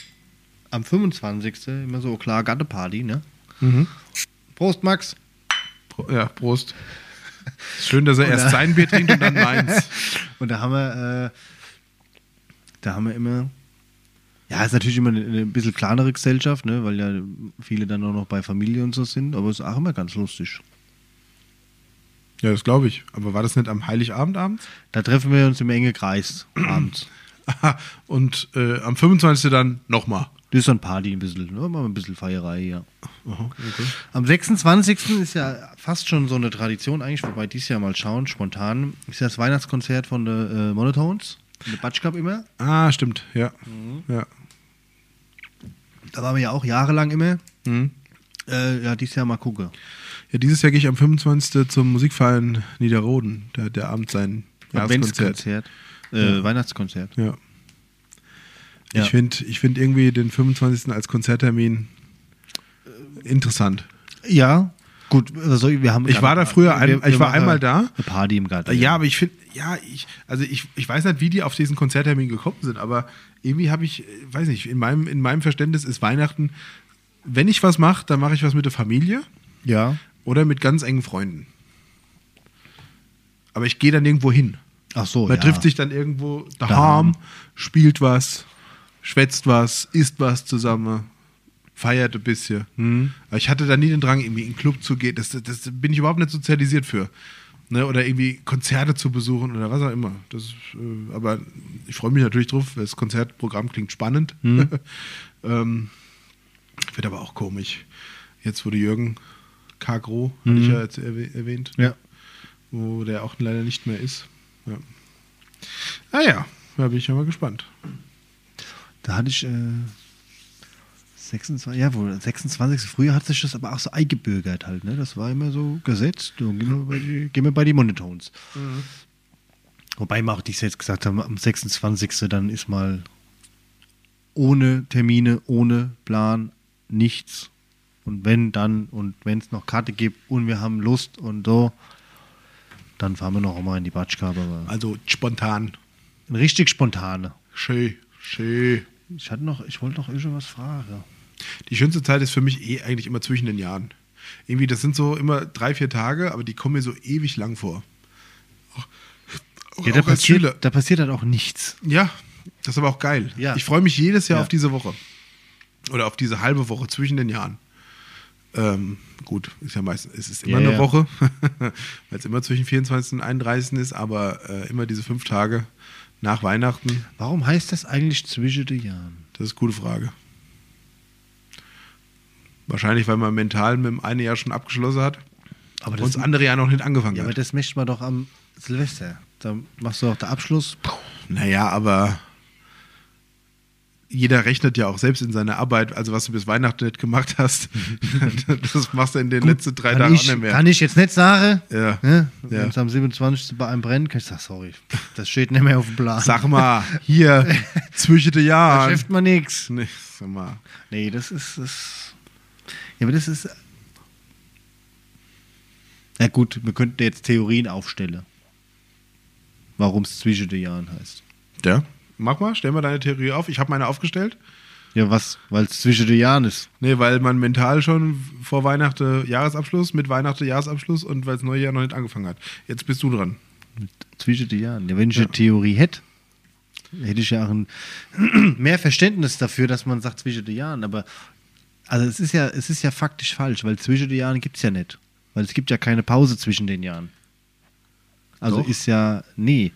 am 25. immer so, oh klar, Gatteparty, ne? Prost, Max.
Pro- Ja, Prost. Schön, dass er erst sein Bier trinkt und dann meins.
Und da haben wir, äh, da haben wir immer, ja, ist natürlich immer eine, eine bisschen kleinere Gesellschaft, ne, weil ja viele dann auch noch bei Familie und so sind, aber ist auch immer ganz lustig.
Ja, das glaube ich. Aber war das nicht am Heiligabend abends?
Da treffen wir uns im engen Kreis abends.
Aha. Und äh, am 25. dann nochmal.
Das ist dann Party ein bisschen, ne? Mal ein bisschen Feierei, ja. Am 26. ist ja fast schon so eine Tradition eigentlich, wobei dies Jahr mal schauen, spontan, ist ja das Weihnachtskonzert von der äh, Monotones, in der Batsch Cup immer.
Ah, stimmt. Ja. ja.
Da waren wir ja auch jahrelang immer.
Mhm.
Äh, ja, dies Jahr mal gucke.
Ja, dieses Jahr gehe ich am 25. zum Musikverein Niederroden. Da hat der Abend sein Jahreskonzert.
Adventskonzert. Äh, Weihnachtskonzert.
Ja.
Ja.
Ich finde ich find irgendwie den 25. als Konzerttermin Ähm. interessant.
Ja, gut. Also wir haben
Ich war da früher ein- ich war
machen
einmal da.
Eine Party im Garten.
Äh, Ja, aber ich finde, ja, ich, also ich, ich weiß nicht, wie die auf diesen Konzerttermin gekommen sind, aber irgendwie habe ich, äh, weiß nicht, in meinem, in meinem Verständnis ist Weihnachten, wenn ich was mache, dann mache ich was mit der Familie
ja.
oder mit ganz engen Freunden. Aber ich gehe dann irgendwo hin.
Ach so,
Man
ja.
trifft sich dann irgendwo daheim, spielt was, schwätzt was, isst was zusammen, feiert ein bisschen.
Hm.
Aber ich hatte da nie den Drang, irgendwie in den Club zu gehen. Das, das, das bin ich überhaupt nicht sozialisiert für. Ne? Oder irgendwie Konzerte zu besuchen oder was auch immer. Das, ist, äh, aber ich freue mich natürlich drauf. weil Das Konzertprogramm klingt spannend.
Hm.
ähm, wird aber auch komisch. Jetzt wurde Jürgen Kagro, hatte ich ja jetzt erwäh- erwähnt
Hm. Ja.
wo der auch leider nicht mehr ist. Ja. Ah ja, da bin ich ja mal gespannt.
Da hatte ich äh, 26, ja, wohl 26. Früher hat sich das aber auch so eingebürgert halt, ne? Das war immer so gesetzt. Und gehen, wir bei die, gehen wir bei die Monotones. Wobei wir auch dies jetzt gesagt haben, am 26. dann ist mal ohne Termine, ohne Plan, nichts. Und wenn dann und wenn es noch Karte gibt und wir haben Lust und so, dann fahren wir noch mal in die Batschkabe. Aber
Also spontan.
richtig spontane.
Schön, schön.
Ich hatte noch, ich wollte noch irgendwas fragen.
Die schönste Zeit ist für mich eh eigentlich immer zwischen den Jahren. Irgendwie, das sind so immer drei, vier Tage, aber die kommen mir so ewig lang vor. Auch, auch
Ja, da,
als Schüler.
passiert, da passiert dann auch nichts.
Ja, das ist aber auch geil.
Ja.
Ich freue mich jedes Jahr
Ja.
auf diese Woche. Oder auf diese halbe Woche zwischen den Jahren. Ähm, gut, ist ja meistens, es ist immer
Ja,
eine
ja.
Woche, weil es immer zwischen 24. und 31. ist, aber äh, immer diese fünf Tage nach Weihnachten,
Warum heißt das eigentlich zwischen den Jahren?
das ist eine gute Frage. Wahrscheinlich, weil man mental mit dem einen Jahr schon abgeschlossen hat
Aber
und
das,
das andere Jahr noch nicht angefangen
ja, aber
hat.
das möchte man doch am Silvester. Da machst du doch den Abschluss.
Naja, aber jeder rechnet ja auch selbst in seiner Arbeit, also was du bis Weihnachten nicht gemacht hast, das machst du in den letzten drei
kann,
Tagen auch
ich,
nicht mehr.
kann ich jetzt nicht sagen.
Ja.
Ne?
Ja.
Wenn es am 27. bei einem brennt, kann ich sagen, sorry, das steht nicht mehr auf dem Plan.
Sag mal, hier, zwischen den
da
Jahren.
schafft man nichts.
Nee, sag mal.
Nee, das ist. Das ja, aber das ist. Na gut, wir könnten jetzt Theorien aufstellen. Warum es zwischen den Jahren heißt.
Ja, mach mal, stell mal deine Theorie auf. Ich habe meine aufgestellt.
Ja, was? Weil es zwischen den Jahren ist.
Nee, weil man mental schon vor Weihnachten äh, Jahresabschluss, mit Weihnachten Jahresabschluss und weil das neue Jahr noch nicht angefangen hat. Jetzt bist du dran.
Zwischen den Jahren. Ja, wenn ich eine Theorie hätte, hätte ich ja auch ein mehr Verständnis dafür, dass man sagt zwischen den Jahren. Aber also es ist ja, es ist ja faktisch falsch, weil zwischen den Jahren gibt es ja nicht. Weil es gibt ja keine Pause zwischen den Jahren. Also
Doch.
ist ja, nee,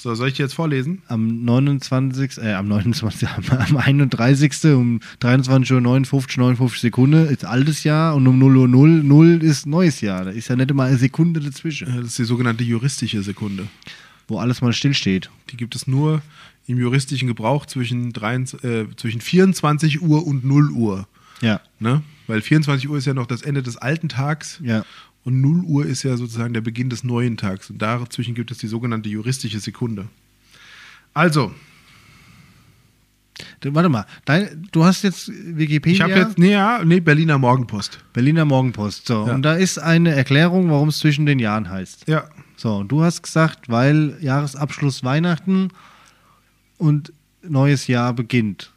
So, soll ich dir jetzt vorlesen?
am 29., äh, am 29., am, am 31. um 23.59 Uhr, 59 Sekunde ist altes Jahr und um 0 Uhr 0, 0 ist neues Jahr. Da ist ja nicht immer eine Sekunde dazwischen,
Das ist die sogenannte juristische Sekunde.
wo alles mal stillsteht.
Die gibt es nur im juristischen Gebrauch zwischen, 23, äh, zwischen 24 Uhr und 0 Uhr.
Ja,
Ne? Weil 24 Uhr ist ja noch das Ende des alten Tags
ja.
und 0 Uhr ist ja sozusagen der Beginn des neuen Tags. Und dazwischen gibt es die sogenannte juristische Sekunde. Also,
Du, warte mal, Dein, du hast jetzt Wikipedia,
ich habe jetzt, nee, ja, nee, Berliner Morgenpost.
Berliner Morgenpost. So,
Ja.
und da ist eine Erklärung, warum es zwischen den Jahren heißt.
Ja,
So, und du hast gesagt, weil Jahresabschluss Weihnachten und neues Jahr beginnt.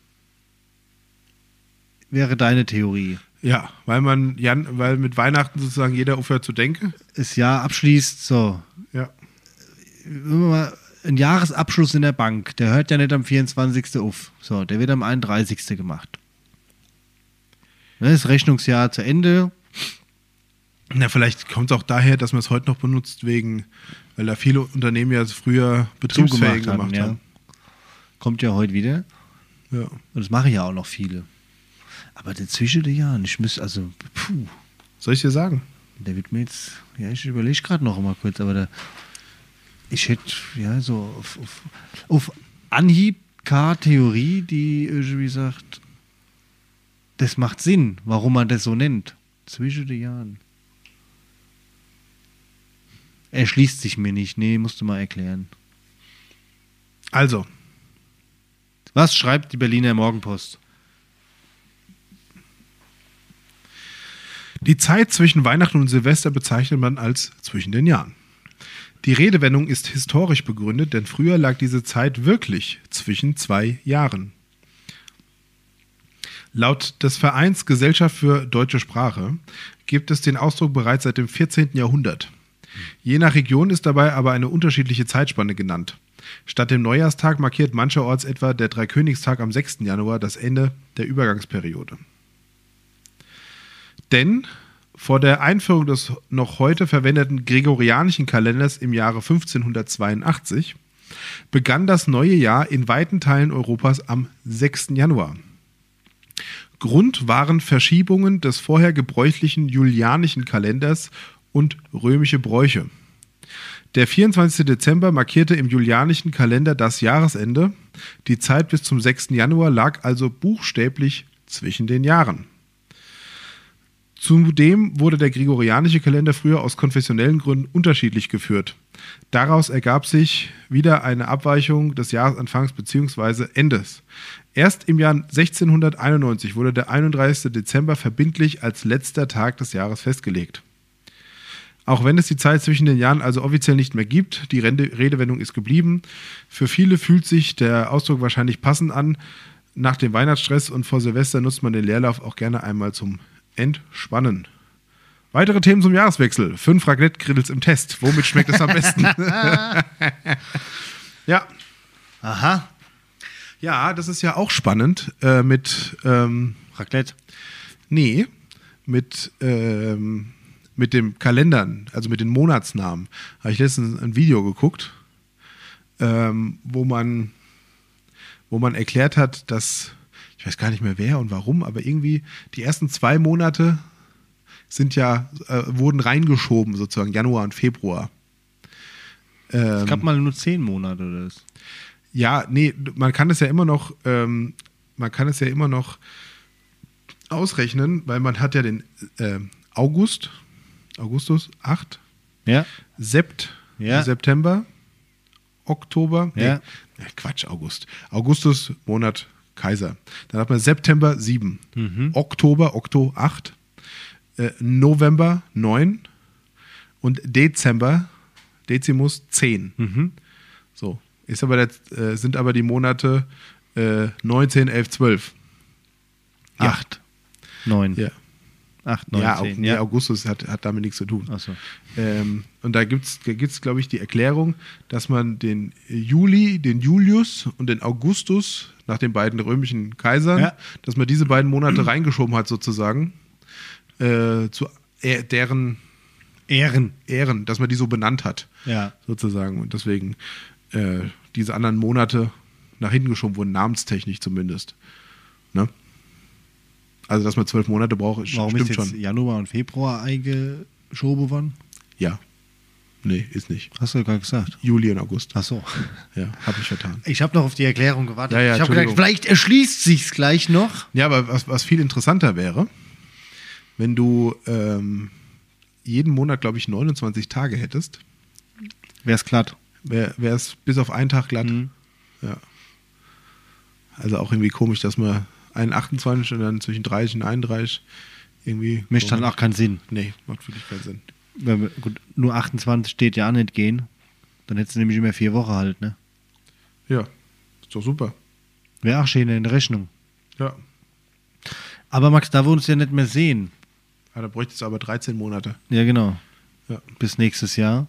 Wäre deine Theorie.
Ja, weil man Jan, weil mit Weihnachten sozusagen jeder aufhört zu denken.
Das Jahr abschließt, so.
Ja.
Wenn wir mal, ein Jahresabschluss in der Bank, der hört ja nicht am 24. auf. So, der wird am 31. gemacht. Ne, Das Rechnungsjahr zu Ende.
Na, vielleicht kommt es auch daher, dass man es heute noch benutzt, wegen, weil da viele Unternehmen ja früher
Zugemacht
betriebsfähig gemacht
haben, ja.
haben.
Kommt ja heute wieder.
Ja.
Und das machen ja auch noch viele. Aber dazwischen die Jahren, ich müsste, also, puh,
Soll ich dir sagen?
der wird mir jetzt, ja, ich überlege gerade noch mal kurz, aber da, ich hätte, ja, so auf, auf, auf Anhieb K-Theorie, die irgendwie sagt, das macht Sinn, warum man das so nennt. Zwischen den Jahren. Erschließt sich mir nicht. Nee, musst du mal erklären.
Also,
Was schreibt die Berliner Morgenpost?
Die Zeit zwischen Weihnachten und Silvester bezeichnet man als zwischen den Jahren. Die Redewendung ist historisch begründet, denn früher lag diese Zeit wirklich zwischen zwei Jahren. Laut des Vereins Gesellschaft für deutsche Sprache gibt es den Ausdruck bereits seit dem 14. Jahrhundert. Je nach Region ist dabei aber eine unterschiedliche Zeitspanne genannt. Statt dem Neujahrstag markiert mancherorts etwa der Dreikönigstag am 6. Januar das Ende der Übergangsperiode. Denn vor der Einführung des noch heute verwendeten gregorianischen Kalenders im Jahre 1582 begann das neue Jahr in weiten Teilen Europas am 6. Januar. Grund waren Verschiebungen des vorher gebräuchlichen julianischen Kalenders und römische Bräuche. Der 24. Dezember markierte im julianischen Kalender das Jahresende. Die Zeit bis zum 6. Januar lag also buchstäblich zwischen den Jahren. Zudem wurde der gregorianische Kalender früher aus konfessionellen Gründen unterschiedlich geführt. Daraus ergab sich wieder eine Abweichung des Jahresanfangs bzw. Endes. Erst im Jahr 1691 wurde der 31. Dezember verbindlich als letzter Tag des Jahres festgelegt. Auch wenn es die Zeit zwischen den Jahren also offiziell nicht mehr gibt, die Rende Redewendung ist geblieben. Für viele fühlt sich der Ausdruck wahrscheinlich passend an. Nach dem Weihnachtsstress und vor Silvester nutzt man den Leerlauf auch gerne einmal zum Entspannen. Weitere Themen zum Jahreswechsel. Fünf Raclette-Griddles im Test. Womit schmeckt es am besten? ja.
Aha,
ja, das ist ja auch spannend äh, mit ähm,
Raclette.
Nee, mit, ähm, mit dem Kalendern, also mit den Monatsnamen. Habe ich letztens ein Video geguckt, ähm, wo, man, wo man erklärt hat, dass, ich weiß gar nicht mehr wer und warum, aber irgendwie die ersten zwei Monate sind ja, äh, wurden reingeschoben, sozusagen Januar und Februar.
Es gab mal nur zehn Monate oder das.
Ja, nee, man kann es ja immer noch, ähm, man kann es ja immer noch ausrechnen, weil man hat ja den ähm, August, Augustus 8,
Ja,
Sept,
Ja.
September, Oktober,
Ja.
nee, Quatsch, August. Augustus, Monat Kaiser. Dann hat man September 7,
Mhm.
Oktober, Okto 8, äh, November 9 und Dezember, Dezimus 10.
Mhm.
So, ist aber der, äh, sind aber die Monate äh, 19, 11, 12. Ja.
acht, neun,
Ja,
acht, neun,
ja, auch,
zehn.
nee, Augustus hat, hat damit nichts zu tun.
Achso.
Ähm, und da gibt es, da gibt's, glaube ich, die Erklärung, dass man den Juli, den Julius und den Augustus nach den beiden römischen Kaisern,
Ja.
dass man diese beiden Monate reingeschoben hat, sozusagen, äh, zu eh- deren
Ehren.
Ehren, dass man die so benannt hat,
Ja.
sozusagen. Und deswegen äh, diese anderen Monate nach hinten geschoben wurden, namenstechnisch zumindest. Ne? Also, dass man zwölf Monate braucht, ist-
Warum
stimmt
ist jetzt
schon.
Januar und Februar eingeschoben worden?
Ja. Nee, ist nicht.
Hast du gerade gesagt.
Juli und August.
Ach so.
Ja, habe ich vertan.
Ich habe noch auf die Erklärung gewartet.
Ja, ja,
ich habe gedacht,
Entschuldigung.
vielleicht erschließt sich's gleich noch.
Ja, aber was, was viel interessanter wäre, wenn du ähm, jeden Monat, glaube ich, 29 Tage hättest,
Wär's glatt.
wäre es bis auf einen Tag glatt.
Mhm.
Ja. Also auch irgendwie komisch, dass man einen 28 und dann zwischen 30 und 31 irgendwie. um-
Mischt dann auch keinen Sinn.
Nee, macht wirklich keinen Sinn.
Wenn wir, gut, nur 28 steht ja auch nicht gehen. Dann hättest du nämlich immer vier Wochen halt, ne?
Ja, ist doch super.
Wäre auch schön in Rechnung.
Ja.
Aber Max, da wir uns ja nicht mehr sehen.
Ah, da bräuchtest du aber 13 Monate.
Ja, genau.
Ja.
Bis nächstes Jahr.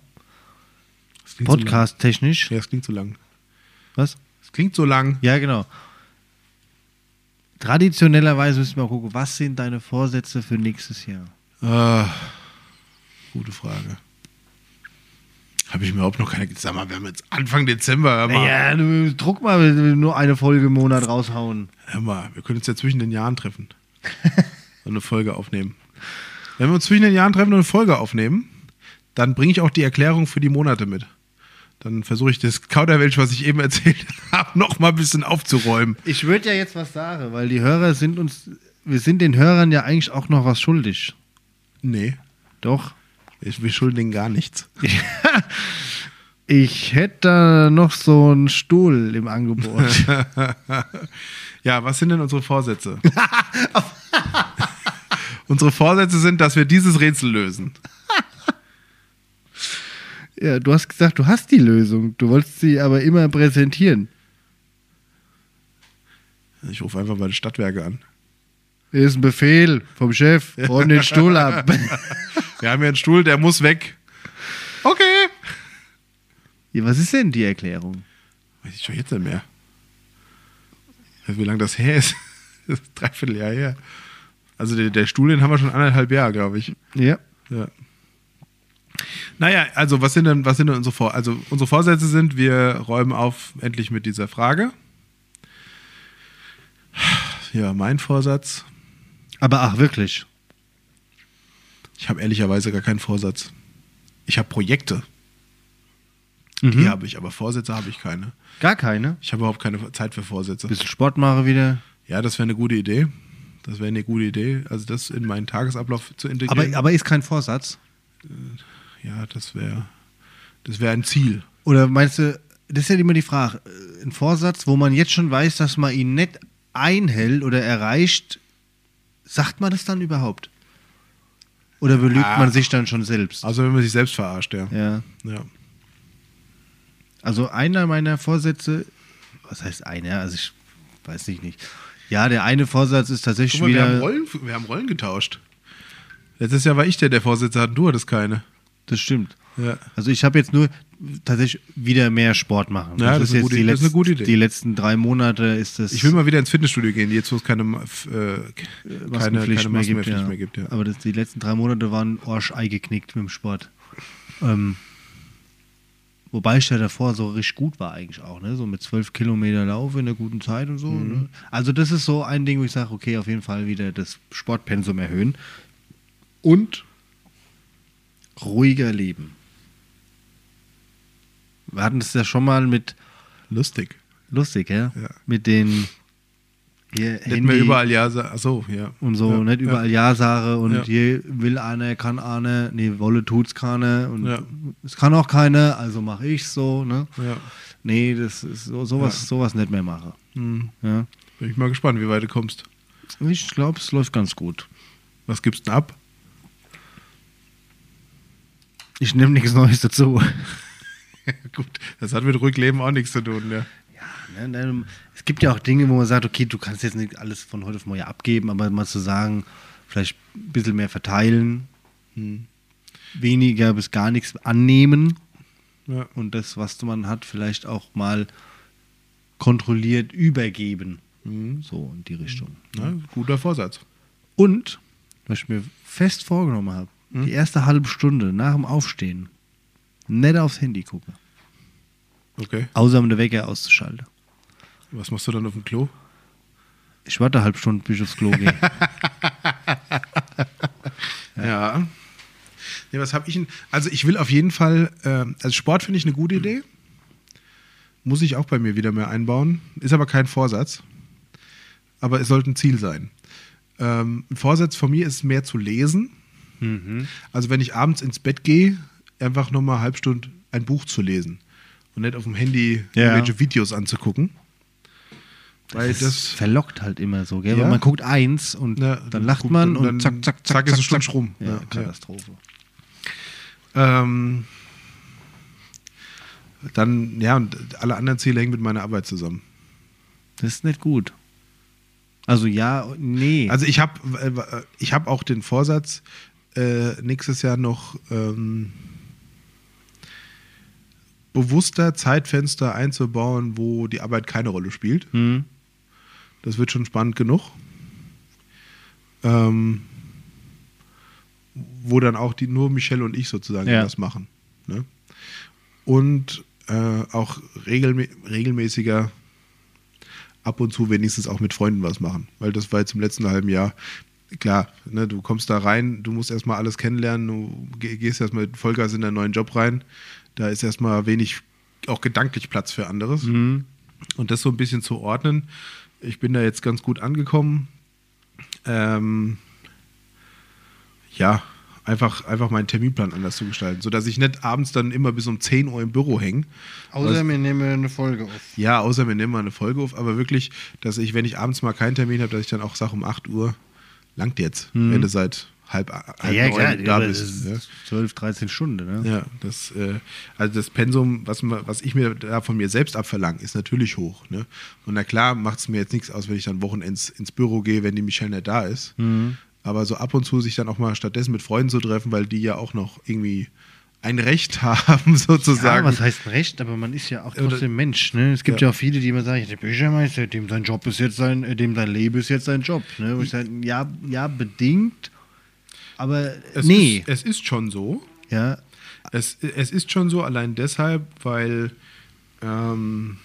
Das klingt So lang.
Podcast-technisch.
Ja, das klingt so lang.
Was?
Das klingt so lang.
Ja, genau. Traditionellerweise müssen wir mal gucken, was sind deine Vorsätze für nächstes Jahr?
Ah, gute Frage. Habe ich mir überhaupt noch keine. Sag mal, wir haben jetzt Anfang Dezember. Hör mal,
Ja, du, druck mal wenn wir nur eine Folge im Monat raushauen.
hör mal, wir können uns ja zwischen den Jahren treffen und eine Folge aufnehmen. Wenn wir uns zwischen den Jahren treffen und eine Folge aufnehmen, dann bringe ich auch die Erklärung für die Monate mit. Dann versuche ich das Kauderwelsch, was ich eben erzählt habe, noch mal ein bisschen aufzuräumen.
Ich würde ja jetzt was sagen, weil die Hörer sind uns, wir sind den Hörern ja eigentlich auch noch was schuldig.
Nee,
Doch.
ich, wir schulden denen gar nichts.
Ich hätte da noch so einen Stuhl im Angebot.
Ja, was sind denn unsere Vorsätze? unsere Vorsätze sind, dass wir dieses Rätsel lösen.
ja, du hast gesagt, du hast die Lösung. Du wolltest sie aber immer präsentieren.
Ich rufe einfach bei den Stadtwerke an.
Hier ist ein Befehl vom Chef. Räum den Stuhl ab.
Wir haben hier einen Stuhl, der muss weg. Okay.
ja, was ist denn die Erklärung?
Weiß ich schon jetzt nicht mehr. Weiß, Wie lange das her ist. Das ist ein Dreivierteljahr her. Also der, der Stuhl, den haben wir schon anderthalb Jahre, glaube ich.
Ja.
Ja. Naja, also was sind denn, was sind denn unsere Vor also unsere Vorsätze sind, wir räumen auf endlich mit dieser Frage. Ja, mein Vorsatz.
Aber ach, wirklich.
Ich habe ehrlicherweise gar keinen Vorsatz. Ich habe Projekte, die habe ich, aber Vorsätze habe ich keine.
Gar keine.
Ich habe überhaupt keine Zeit für Vorsätze.
Bisschen Sport mache wieder.
Ja, das wäre eine gute Idee. Das wäre eine gute Idee, also das in meinen Tagesablauf zu
Aber,
integrieren.
aber ist kein Vorsatz.
ja, das wäre das wäre ein Ziel.
Oder meinst du, das ist ja immer die Frage, äh, ein Vorsatz, wo man jetzt schon weiß, dass man ihn nicht einhält oder erreicht, sagt man das dann überhaupt? Oder belügt
Ah.
man sich dann schon selbst?
Also wenn man sich selbst verarscht, ja.
Ja.
ja.
Also einer meiner Vorsätze, was heißt einer? Also ich weiß nicht nicht. Ja, der eine Vorsatz ist tatsächlich
Guck mal, wir haben,
wieder.
Rollen, wir haben Rollen getauscht. Letztes Jahr war ich der, der Vorsitz hatte, du hattest keine.
Das stimmt.
Ja.
Also ich habe jetzt nur tatsächlich wieder mehr Sport machen.
Ja, das ist eine
jetzt
gute-
die
das ist
letzten,
eine gute Idee.
Die letzten drei Monate ist das.
Ich will mal wieder ins Fitnessstudio gehen, jetzt wo es keine, äh, keine, keine
Maskenpflicht mehr gibt.
Maskenpflicht
ja.
mehr gibt. Ja.
Aber das, die letzten drei Monate waren Arsch-Ei geknickt mit dem Sport. Ähm, wobei ich ja davor so richtig gut war eigentlich auch, ne? So mit zwölf Kilometer Lauf in der guten Zeit und so.
Mhm.
Ne? Also das ist so ein Ding, wo ich sage, okay, auf jeden Fall wieder das Sportpensum erhöhen. Und ruhiger leben. Wir hatten das ja schon mal mit,
Lustig.
lustig, ja?
Ja.
Mit den hier,
Hätten wir überall ja sagen. Achso, ja.
und so,
ja,
nicht überall Ja, sage und
Ja.
hier will einer, kann einer, nee, wolle tut's keiner und
Ja.
es kann auch keiner, also mache ich so, ne?
Ja. ja.
Nee, das ist so, sowas,
Ja.
sowas nicht mehr mache.
Hm.
Ja.
Bin ich mal gespannt, wie weit du kommst.
Ich glaube, es läuft ganz gut.
Was gibst du denn ab?
Ich nehme nichts Neues dazu.
Gut, das hat mit ruhig Leben auch nichts zu tun, ja.
Ne, ne, Es gibt ja auch Dinge, wo man sagt, okay, du kannst jetzt nicht alles von heute auf morgen abgeben, aber mal zu sagen, vielleicht ein bisschen mehr verteilen, weniger bis gar nichts annehmen.
ja.
und das, was man hat, vielleicht auch mal kontrolliert übergeben.
Mhm.
So in die Richtung.
Na, guter Vorsatz.
Und, was ich mir fest vorgenommen habe,
Mhm.
die erste halbe Stunde nach dem Aufstehen nicht aufs Handy gucken.
Okay.
Außer um den Wecker auszuschalten.
Was machst du dann auf dem Klo?
Ich warte eine halbe Stunde, bis ich aufs Klo gehe.
Ja. Nee, was habe ich denn? Also ich will auf jeden Fall, ähm, also Sport finde ich eine gute Idee. Muss ich auch bei mir wieder mehr einbauen. Ist aber kein Vorsatz. Aber es sollte ein Ziel sein. Ähm, ein Vorsatz von mir ist mehr zu lesen. Also wenn ich abends ins Bett gehe, einfach nochmal eine halbe Stunde ein Buch zu lesen. Und nicht auf dem Handy
Ja.
irgendwelche Videos anzugucken. Weil das,
verlockt halt immer so, gell?
Ja.
Weil man guckt eins und
Ja,
dann lacht man und
dann-
zack, zack, zack,
zack, ist es schon rum.
Ja,
Ja,
Katastrophe.
Ähm, dann, ja, und alle anderen Ziele hängen mit meiner Arbeit zusammen.
Das ist nicht gut. Also ja, nee.
Also ich habe ich hab auch den Vorsatz, äh, nächstes Jahr noch ähm, bewusster Zeitfenster einzubauen, wo die Arbeit keine Rolle spielt.
hm.
Das wird schon spannend genug. Ähm, wo dann auch die, nur Michelle und ich sozusagen
Ja.
das machen. Ne? Und äh, auch regelmä regelmäßiger ab und zu wenigstens auch mit Freunden was machen. Weil das war jetzt im letzten halben Jahr. Klar, ne, du kommst da rein, du musst erstmal alles kennenlernen, du ge- gehst erstmal mit Vollgas in deinen neuen Job rein. Da ist erstmal wenig, auch gedanklich Platz für anderes und das so ein bisschen zu ordnen. Ich bin da jetzt ganz gut angekommen. Ähm, ja, einfach, einfach meinen Terminplan anders zu gestalten, sodass ich nicht abends dann immer bis um 10 Uhr im Büro hänge.
Außer wir nehmen eine Folge auf.
Ja, außer wir nehmen mal eine Folge auf, aber wirklich, dass ich, wenn ich abends mal keinen Termin habe, dass ich dann auch sage, um 8 Uhr langt jetzt, wenn du seit halb,
Ah
halb neun da bist. Ja.
12, 13 Stunden, ne?
Ja, das, äh, also das Pensum, was, ma- was ich mir da von mir selbst abverlange, ist natürlich hoch. Ne? Und na klar macht es mir jetzt nichts aus, wenn ich dann Wochenends ins Büro gehe, wenn die Michelle nicht da ist.
Mhm.
Aber so ab und zu sich dann auch mal stattdessen mit Freunden zu treffen, weil die ja auch noch irgendwie ein Recht haben, sozusagen.
Ja, was heißt ein Recht, aber man ist ja auch
Oder-
trotzdem Mensch. Ne? Es gibt ja.
Ja.
auch viele, die immer sagen, der Büchermeister, dem sein Job ist jetzt sein, äh, dem sein Leben ist jetzt sein Job. Ne? Wo ich sage, ja, ja, bedingt, aber
es
nee.
Ist, äh, es ist schon so.
ja,
Es, es ist schon so, allein deshalb, weil ähm,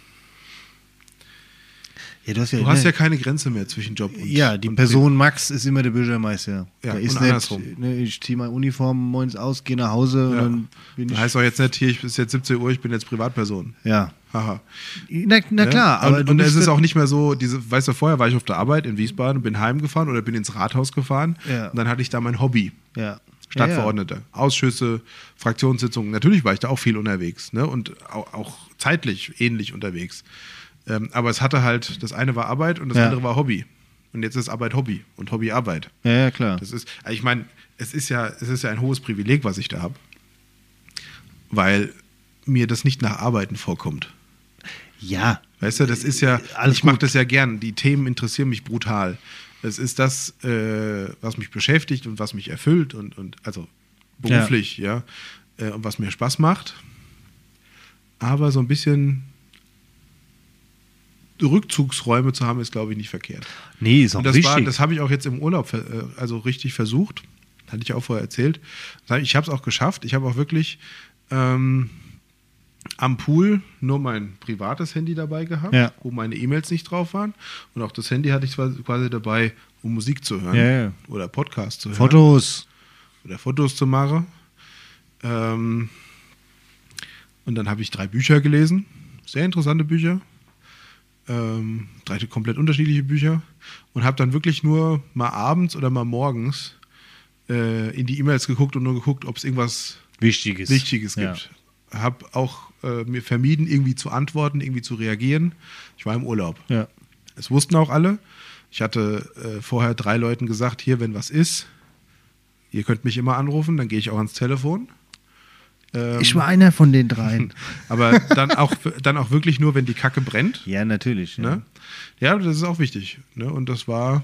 ja, du hast ja,
du hast
ne?
ja keine Grenze mehr zwischen Job und
ja, die
und
Person Max ist immer der Bürgermeister.
Ja,
der ist
und
nicht,
andersrum.
Ne, ich ziehe meine Uniform morgens aus, gehe nach Hause und
Ja.
dann bin ich.
heißt auch jetzt nicht hier, ich ist jetzt 17 Uhr, ich bin jetzt Privatperson.
ja.
Haha.
Na, na
Ja?
klar, aber
und,
du
und
bist
es ist
nicht-
auch nicht mehr so, diese, weißt du, vorher war ich auf der Arbeit in Wiesbaden, bin heimgefahren oder bin ins Rathaus gefahren
Ja.
und dann hatte ich da mein Hobby.
ja.
Stadtverordnete, Ausschüsse, Fraktionssitzungen. Natürlich war ich da auch viel unterwegs ne? und auch, auch zeitlich ähnlich unterwegs. Ähm, aber es hatte halt, das eine war Arbeit und das
Ja.
andere war Hobby. Und jetzt ist Arbeit Hobby und Hobby Arbeit.
Ja, ja, ja klar.
Das ist, also ich meine, es ist ja, es ist ja ein hohes Privileg, was ich da habe, weil mir das nicht nach Arbeiten vorkommt.
ja.
Weißt du, das ist ja,
Alles
ich mache
gut.
das ja gern. Die Themen interessieren mich brutal. Es ist das, äh, was mich beschäftigt und was mich erfüllt und, und also beruflich, ja. Äh, und was mir Spaß macht. Aber so ein bisschen Rückzugsräume zu haben, ist, glaube ich, nicht verkehrt.
Nee, ist auch
Und das war,
wichtig.
das habe ich auch jetzt im Urlaub ver- äh, also richtig versucht. Hatte ich ja auch vorher erzählt. Das hab Ich habe es auch geschafft. Ich habe auch wirklich ähm, am Pool nur mein privates Handy dabei gehabt,
Ja.
wo meine E-Mails nicht drauf waren. Und auch das Handy hatte ich zwar quasi dabei, um Musik zu hören
Ja, ja.
oder Podcast zu hören
Fotos.
oder Fotos zu machen. Ähm, und dann habe ich drei Bücher gelesen, sehr interessante Bücher, ähm, drei komplett unterschiedliche Bücher und habe dann wirklich nur mal abends oder mal morgens äh, in die E-Mails geguckt und nur geguckt, ob es irgendwas
Wichtiges.
Wichtiges gibt. Habe auch äh, mir vermieden, irgendwie zu antworten, irgendwie zu reagieren. Ich war im Urlaub.
Ja. ja.
Es wussten auch alle. Ich hatte äh, vorher drei Leuten gesagt, hier, wenn was ist, ihr könnt mich immer anrufen, dann gehe ich auch ans Telefon. Ähm,
Ich war einer von den dreien.
aber dann auch, dann auch wirklich nur, wenn die Kacke brennt.
ja, natürlich. Ja.
Ne? Ja, das ist auch wichtig. Ne? Und das war,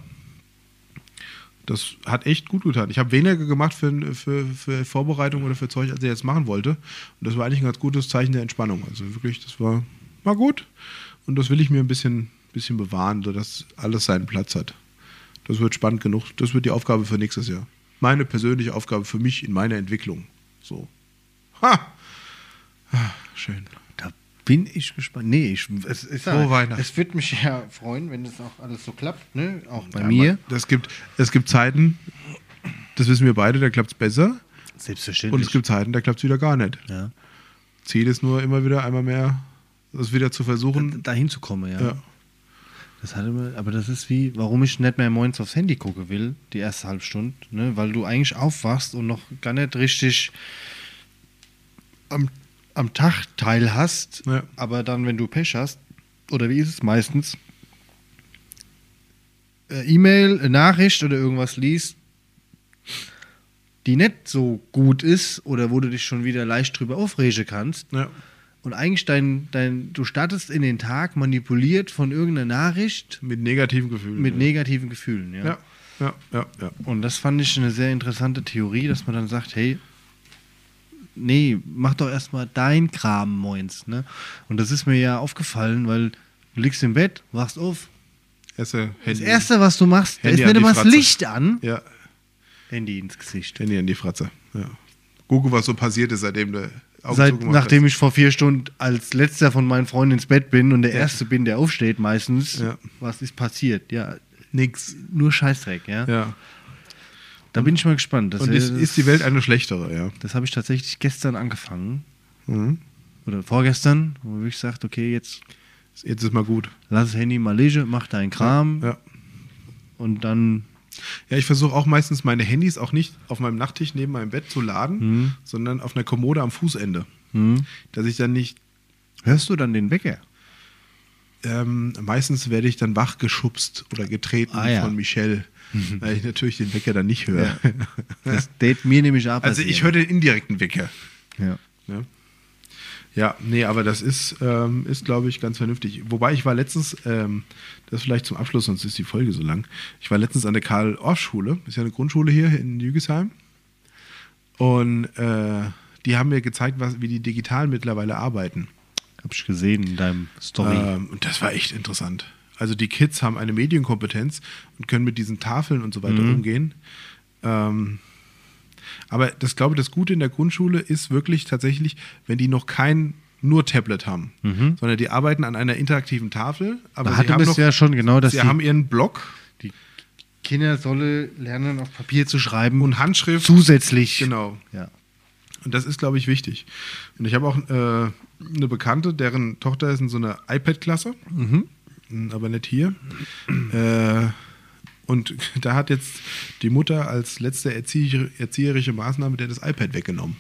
das hat echt gut getan. Ich habe weniger gemacht für, für, für Vorbereitung oder für Zeug, als ich jetzt machen wollte. Und das war eigentlich ein ganz gutes Zeichen der Entspannung. Also wirklich, das war, war gut. Und das will ich mir ein bisschen, bisschen bewahren, sodass alles seinen Platz hat. Das wird spannend genug. Das wird die Aufgabe für nächstes Jahr. Meine persönliche Aufgabe für mich in meiner Entwicklung. So. Ha! Ah, Schön.
Da bin ich gespannt. Nee, ich, es, es,
Frohe Weihnachten.
es würde mich ja freuen, wenn das auch alles so klappt. Ne? Auch bei
Ja,
mir.
man- Das gibt, es gibt Zeiten, das wissen wir beide, da klappt es besser.
Selbstverständlich.
Und es gibt Zeiten, da klappt es wieder gar nicht.
ja.
Ziel ist nur immer wieder einmal mehr, das wieder zu versuchen.
Dahin zu kommen, ja.
Ja.
Das hatte man, aber das ist wie, warum ich nicht mehr morgens aufs Handy gucken will, die erste halbe Stunde, ne? weil du eigentlich aufwachst und noch gar nicht richtig am, am Tag teil hast,
Ja.
aber dann, wenn du Pech hast, oder wie ist es meistens, äh, E-Mail, äh, Nachricht oder irgendwas liest, die nicht so gut ist oder wo du dich schon wieder leicht drüber aufregen kannst,
Ja.
Und eigentlich dein, dein, du startest in den Tag manipuliert von irgendeiner Nachricht
Mit negativen Gefühlen.
mit negativen Gefühlen. Ja.
Mhm. ja. ja, ja, ja.
Und das fand ich eine sehr interessante Theorie, dass man dann sagt, hey, nee, mach doch erstmal dein Kram moins, ne? Und das ist mir ja aufgefallen, weil du liegst im Bett, wachst auf.
Erste
Das
Handy.
erste, was du machst, da
Handy
ist
an
nicht
die
immer das
Fratze.
Licht an.
Ja,
Handy ins Gesicht.
Handy an die Fratze. Ja. Gucke, was so passiert ist, seitdem du Augen
Seit,
zugemacht
nachdem ich vor vier Stunden als letzter von meinen Freunden ins Bett bin und der Erste bin, der aufsteht meistens,
Ja.
was ist passiert? Ja,
hast. Nix.
nur Scheißdreck, ja.
Ja.
Da bin ich mal gespannt. Das,
Und
äh,
ist, ist die Welt eine schlechtere, ja.
das habe ich tatsächlich gestern angefangen
Mhm.
oder vorgestern, wo ich gesagt, okay, jetzt
Jetzt ist mal gut.
lass das Handy mal lege, mach deinen Kram
Ja.
und dann
Ja, ich versuche auch meistens meine Handys auch nicht auf meinem Nachttisch neben meinem Bett zu laden,
Mhm.
sondern auf einer Kommode am Fußende. Dass ich dann nicht,
hörst du dann den Wecker.
ähm, meistens werde ich dann wachgeschubst oder getreten
Ah, ja. Mhm.
von Michelle, weil ich natürlich den Wecker dann nicht höre.
Das date mir nämlich ab.
Also ich höre den indirekten Wecker.
Ja.
Ne? Ja, nee, aber das ist, ähm, ist glaube ich, ganz vernünftig. Wobei ich war letztens, ähm, das vielleicht zum Abschluss, sonst ist die Folge so lang. Ich war letztens an der Karl-Orff-Schule, ist ja eine Grundschule hier in Jügesheim. Und äh, die haben mir gezeigt, was, wie die digital mittlerweile arbeiten.
Hab ich gesehen in deinem Story.
Ähm, und das war echt interessant. Also die Kids haben eine Medienkompetenz und können mit diesen Tafeln und so weiter
Mhm.
umgehen. Ähm, aber das glaube ich, das Gute in der Grundschule ist wirklich tatsächlich, wenn die noch kein nur Tablet haben, sondern die arbeiten an einer interaktiven Tafel, aber
Mhm. da
sie
hatten
haben,
wir
noch,
es ja schon genau, dass
sie
die
haben ihren Blog
Kinder sollen lernen, auf Papier zu schreiben
und Handschrift.
zusätzlich.
Genau.
Ja.
Und das ist, glaube ich, wichtig. Und ich habe auch äh, eine Bekannte, deren Tochter ist in so einer iPad-Klasse, Hm, aber nicht hier. äh, und da hat jetzt die Mutter als letzte erzieher, erzieherische Maßnahme der das iPad weggenommen.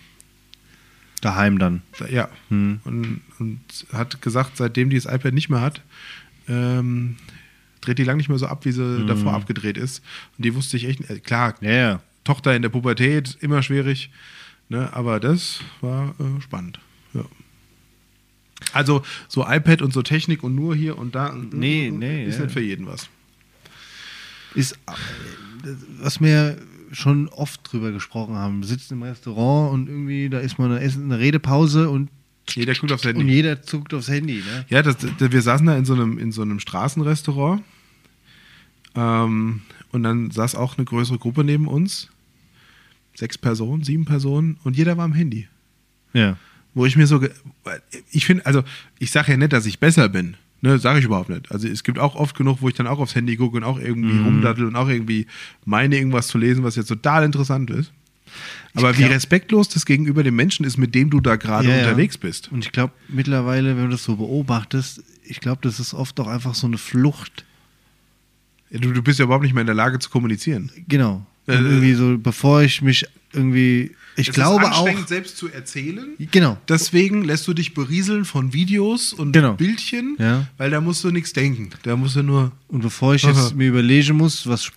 Daheim dann.
Da- Ja. Und, und hat gesagt, seitdem die das iPad nicht mehr hat, ähm, dreht die lang nicht mehr so ab, wie sie davor abgedreht ist. Und die wusste ich echt, äh, klar,
Ja, ja.
Tochter in der Pubertät, immer schwierig. Ne? Aber das war äh, spannend. Ja. Also so iPad und so Technik und nur hier und da und,
Nee,
und,
nee,
ist
ja.
nicht für jeden was.
Ist, äh, was wir schon oft drüber gesprochen haben, wir sitzen im Restaurant und irgendwie, da ist mal eine, Essen, eine Redepause und,
Jeder guckt aufs
und
Handy.
jeder zuckt aufs Handy. Ne?
Ja, das, das, wir saßen da in so einem, in so einem Straßenrestaurant ähm, und dann saß auch eine größere Gruppe neben uns. Sechs Personen, sieben Personen und jeder war am Handy.
Ja.
wo ich mir so, ge- ich finde, also ich sage ja nicht, dass ich besser bin. Ne, sage ich überhaupt nicht. Also es gibt auch oft genug, wo ich dann auch aufs Handy gucke und auch irgendwie
Mhm.
rumdattel und auch irgendwie meine, irgendwas zu lesen, was jetzt total interessant ist. Aber wie
glaub-
respektlos das gegenüber dem Menschen ist, mit dem du da gerade
Ja, ja.
unterwegs bist.
Und ich glaube, mittlerweile, wenn du das so beobachtest, ich glaube, das ist oft auch einfach so eine Flucht.
Du, du bist ja überhaupt nicht mehr in der Lage zu kommunizieren.
Genau. Und
Äh,
irgendwie so, bevor ich mich irgendwie. Ich glaube auch.
selbst zu erzählen.
Genau.
Deswegen lässt du dich berieseln von Videos und
Genau.
Bildchen,
Ja.
weil da musst du nichts denken. Da musst du nur
Und bevor ich
Aha.
jetzt mir überlegen muss, was,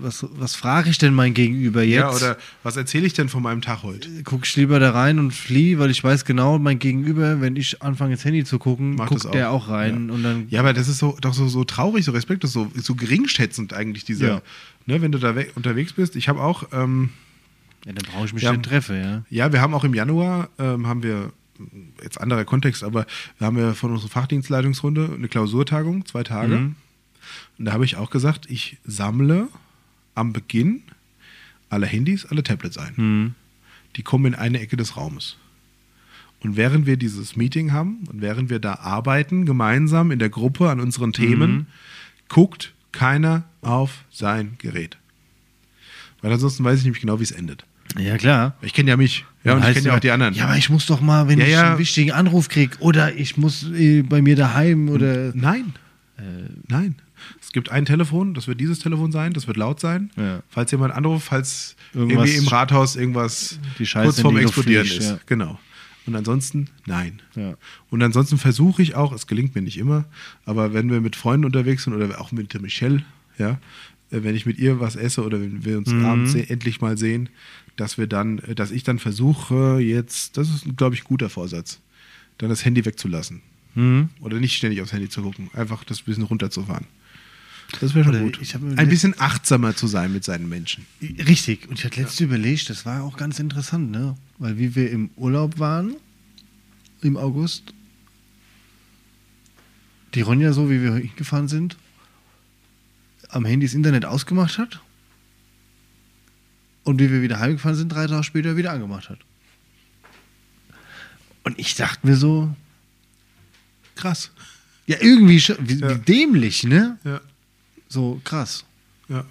was, was frage ich denn mein Gegenüber jetzt?
Ja, oder was erzähle ich denn von meinem Tag heute?
guck ich lieber da rein und fliehe, weil ich weiß genau, mein Gegenüber, wenn ich anfange ins Handy zu gucken,
Macht
guckt
das auch.
der auch rein und dann
Ja, aber das ist so, doch so, so traurig, so respektlos, so, so geringschätzend eigentlich dieser,
Ja.
ne, wenn du da we- unterwegs bist. Ich habe auch, ähm,
ja, dann brauche ich mich
Ja.
nicht treffen, ja.
ja, wir haben auch im Januar, ähm, haben wir, jetzt anderer Kontext, aber da haben wir von unserer Fachdienstleitungsrunde eine Klausurtagung, zwei Tage. Und da habe ich auch gesagt, ich sammle am Beginn alle Handys, alle Tablets ein. Die kommen in eine Ecke des Raumes. Und während wir dieses Meeting haben und während wir da arbeiten, gemeinsam in der Gruppe an unseren Themen, guckt keiner auf sein Gerät. Weil ansonsten weiß ich nämlich genau, wie es endet.
Ja, klar.
Ich kenne ja mich. Ja,
Dann
und ich
heißt
kenne ja
immer,
auch die anderen.
Ja, aber ich muss doch mal, wenn
Ja,
ich
ja.
einen wichtigen Anruf kriege oder ich muss äh, bei mir daheim
Hm.
oder
Nein.
Äh.
Nein. Es gibt ein Telefon, das wird dieses Telefon sein, das wird laut sein.
Ja.
Falls jemand anruft, falls
Irgendwas-
irgendwie im Rathaus irgendwas
Die Scheiße
kurz
in
vorm
die Luft
Explodieren
fliegt,
ist.
ja.
Genau. Und ansonsten nein.
Ja.
Und ansonsten versuche ich auch, es gelingt mir nicht immer, aber wenn wir mit Freunden unterwegs sind oder auch mit der Michelle, ja, äh, wenn ich mit ihr was esse oder wenn wir
Mhm.
uns abends se- endlich mal sehen, dass wir dann, äh, dass ich dann versuche, jetzt, das ist, glaube ich, ein guter Vorsatz, dann das Handy wegzulassen.
Mhm.
Oder nicht ständig aufs Handy zu gucken. Einfach das bisschen runterzufahren. Das wäre schon
Oder
gut.
ich hab mir
Ein
letzt-
bisschen achtsamer zu sein mit seinen Menschen.
Richtig. Und ich hatte letztens überlegt, das war auch ganz interessant, ne? Weil wie wir im Urlaub waren, im August, die Ronja so, wie wir hingefahren sind, am Handy das Internet ausgemacht hat und wie wir wieder heimgefahren sind, drei Tage später wieder angemacht hat. Und ich dachte mir so,
Krass.
ja irgendwie, schon- wie,
Ja.
wie dämlich, ne?
Ja,
So krass.
ja,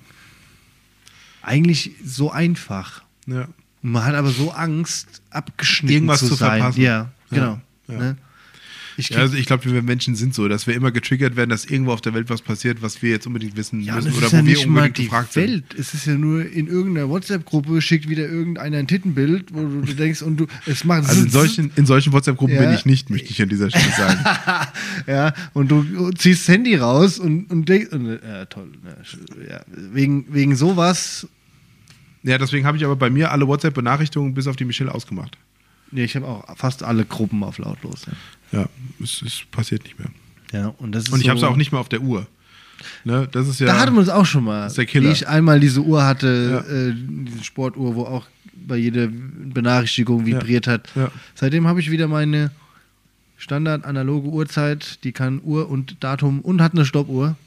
Eigentlich so einfach.
ja.
Und man hat aber so Angst, abgeschnitten
Irgendwas
zu
zu
sein.
verpassen.
Ja, genau.
Ja, ja.
Ne? Ich
Ja,
krieg, ja,
also ich glaube, wir Menschen sind so, dass wir immer getriggert werden, dass irgendwo auf der Welt was passiert, was wir jetzt unbedingt wissen
und
müssen
es
oder
ist
wo
ja
wir
nicht mal
unbedingt
die
gefragt sind.
Welt. Es ist ja nur in irgendeiner WhatsApp-Gruppe schickt wieder irgendeiner ein Tittenbild, wo du dir denkst und du es macht
Also in solchen, in solchen WhatsApp-Gruppen
Ja.
bin ich nicht, möchte ich an dieser Stelle sagen.
ja und du ziehst das Handy raus und und denkst und, äh, toll. ne, Ja, wegen wegen sowas.
ja, deswegen habe ich aber bei mir alle WhatsApp-Benachrichtigungen bis auf die Michelle ausgemacht.
Nee, ich habe auch fast alle Gruppen auf lautlos.
Ja, es, es passiert nicht mehr.
Ja, ja und das ist
Und ich
so,
habe es auch nicht mehr auf der Uhr. Ne, das ist ja.
Da hatten wir uns auch schon mal.
ist der Killer.
Wie ich einmal diese Uhr hatte,
Ja.
äh, diese Sportuhr, wo auch bei jeder Benachrichtigung vibriert hat.
Ja.
Seitdem habe ich wieder meine standard analoge Uhrzeit, die kann Uhr und Datum und hat eine Stoppuhr.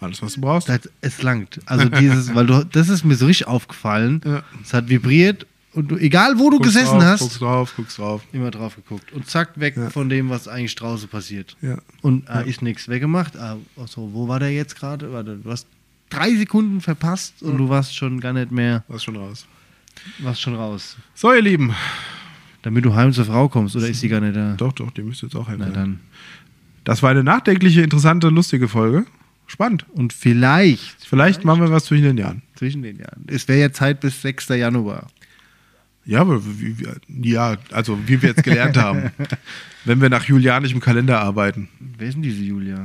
alles, was du brauchst.
Das, es langt. Also dieses, weil du, das ist mir so richtig aufgefallen.
Ja.
Es hat vibriert und du, egal wo du
Guckst
gesessen
drauf,
hast,
Guckst drauf, guckst drauf.
immer drauf geguckt. Und zack, weg
Ja.
von dem, was eigentlich draußen passiert.
Ja.
Und ah, ist nichts weggemacht. Ah, also, wo war der jetzt gerade? Warte, du hast drei Sekunden verpasst und du warst schon gar nicht mehr,
Was schon raus.
warst schon raus.
So, ihr Lieben.
Damit du heim zur Frau kommst, oder ist sie gar nicht da?
Doch, doch, die müsst jetzt auch helfen.
Na dann.
Das war eine nachdenkliche, interessante, lustige Folge. Spannend.
Und vielleicht
Vielleicht machen wir was zwischen den Jahren.
zwischen den Jahren. Es wäre ja Zeit bis 6. Januar.
Ja, aber wie, wie, ja, also wie wir jetzt gelernt haben, wenn wir nach julianischem Kalender arbeiten.
Wer ist denn diese Julia?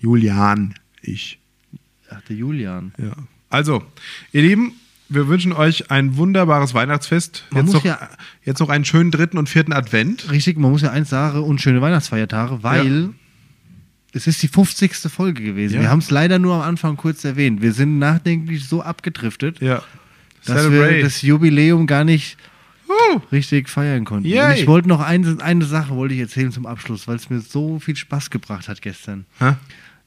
Julian, ich.
Ach, der Julian.
Ja. Also, ihr Lieben, wir wünschen euch ein wunderbares Weihnachtsfest.
Man
jetzt,
muss
noch,
ja-
jetzt noch einen schönen dritten und vierten Advent.
Richtig, man muss ja eins sagen und schöne Weihnachtsfeiertage, weil es ist die 50. Folge gewesen.
Ja.
Wir haben es leider nur am Anfang kurz erwähnt. Wir sind nachdenklich so abgedriftet,
Ja.
dass wir das Jubiläum gar nicht richtig feiern konnten.
Yay.
Und ich wollte noch eine, eine Sache wollte ich erzählen zum Abschluss, weil es mir so viel Spaß gebracht hat gestern.
Hä?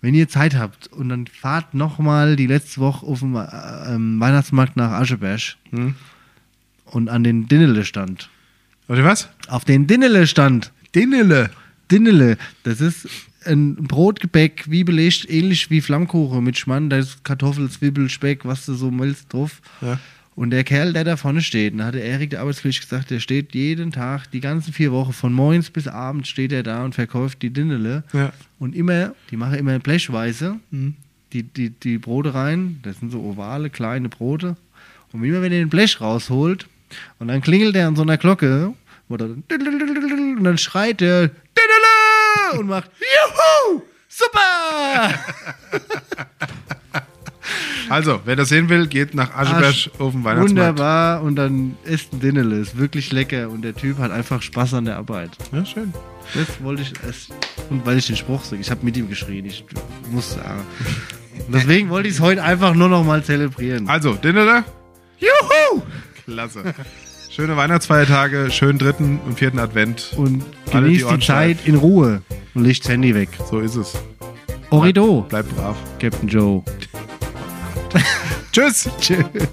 Wenn ihr Zeit habt und dann fahrt nochmal die letzte Woche auf dem äh, ähm, Weihnachtsmarkt nach Ascheberg
Hm?
und an den Dinnele stand.
Warte, was?
Auf den Dinnele stand.
Dinnele.
Dinnele, das ist ein Brotgebäck, wie belegt, ähnlich wie Flammkuchen mit Schmand, da ist Kartoffel, Zwiebel, Speck, was du so willst drauf.
Ja.
Und der Kerl, der da vorne steht, da hat der Erik, der Arbeitskollege, gesagt, der steht jeden Tag, die ganzen vier Wochen, von morgens bis abends steht er da und verkauft die Dinnele.
Ja.
Und immer, die machen immer blechweise die, die, die Brote rein, das sind so ovale, kleine Brote. Und immer wenn er den Blech rausholt und dann klingelt er an so einer Glocke wo dann- und dann schreit er Dinnele! und macht Juhu! Super!
Also, wer das sehen will, geht nach Ascheberg auf den Also Weihnachtsmarkt.
Wunderbar und dann isst ein Dinnele, ist wirklich lecker und der Typ hat einfach Spaß an der Arbeit.
Ja, schön.
Das wollte ich erst. Und weil ich den Spruch sage, ich habe mit ihm geschrien, ich muss sagen. Und deswegen wollte ich es heute einfach nur noch mal zelebrieren.
Also, Dinnele. Juhu! Klasse. Schöne Weihnachtsfeiertage, schönen dritten und vierten Advent.
Und
Alle die
genießt die,
Ohren steif.
Zeit in Ruhe und legt das Handy weg.
So ist es.
Orido,
Bleibt brav.
Captain Joe.
Tschüss!
Tschüss.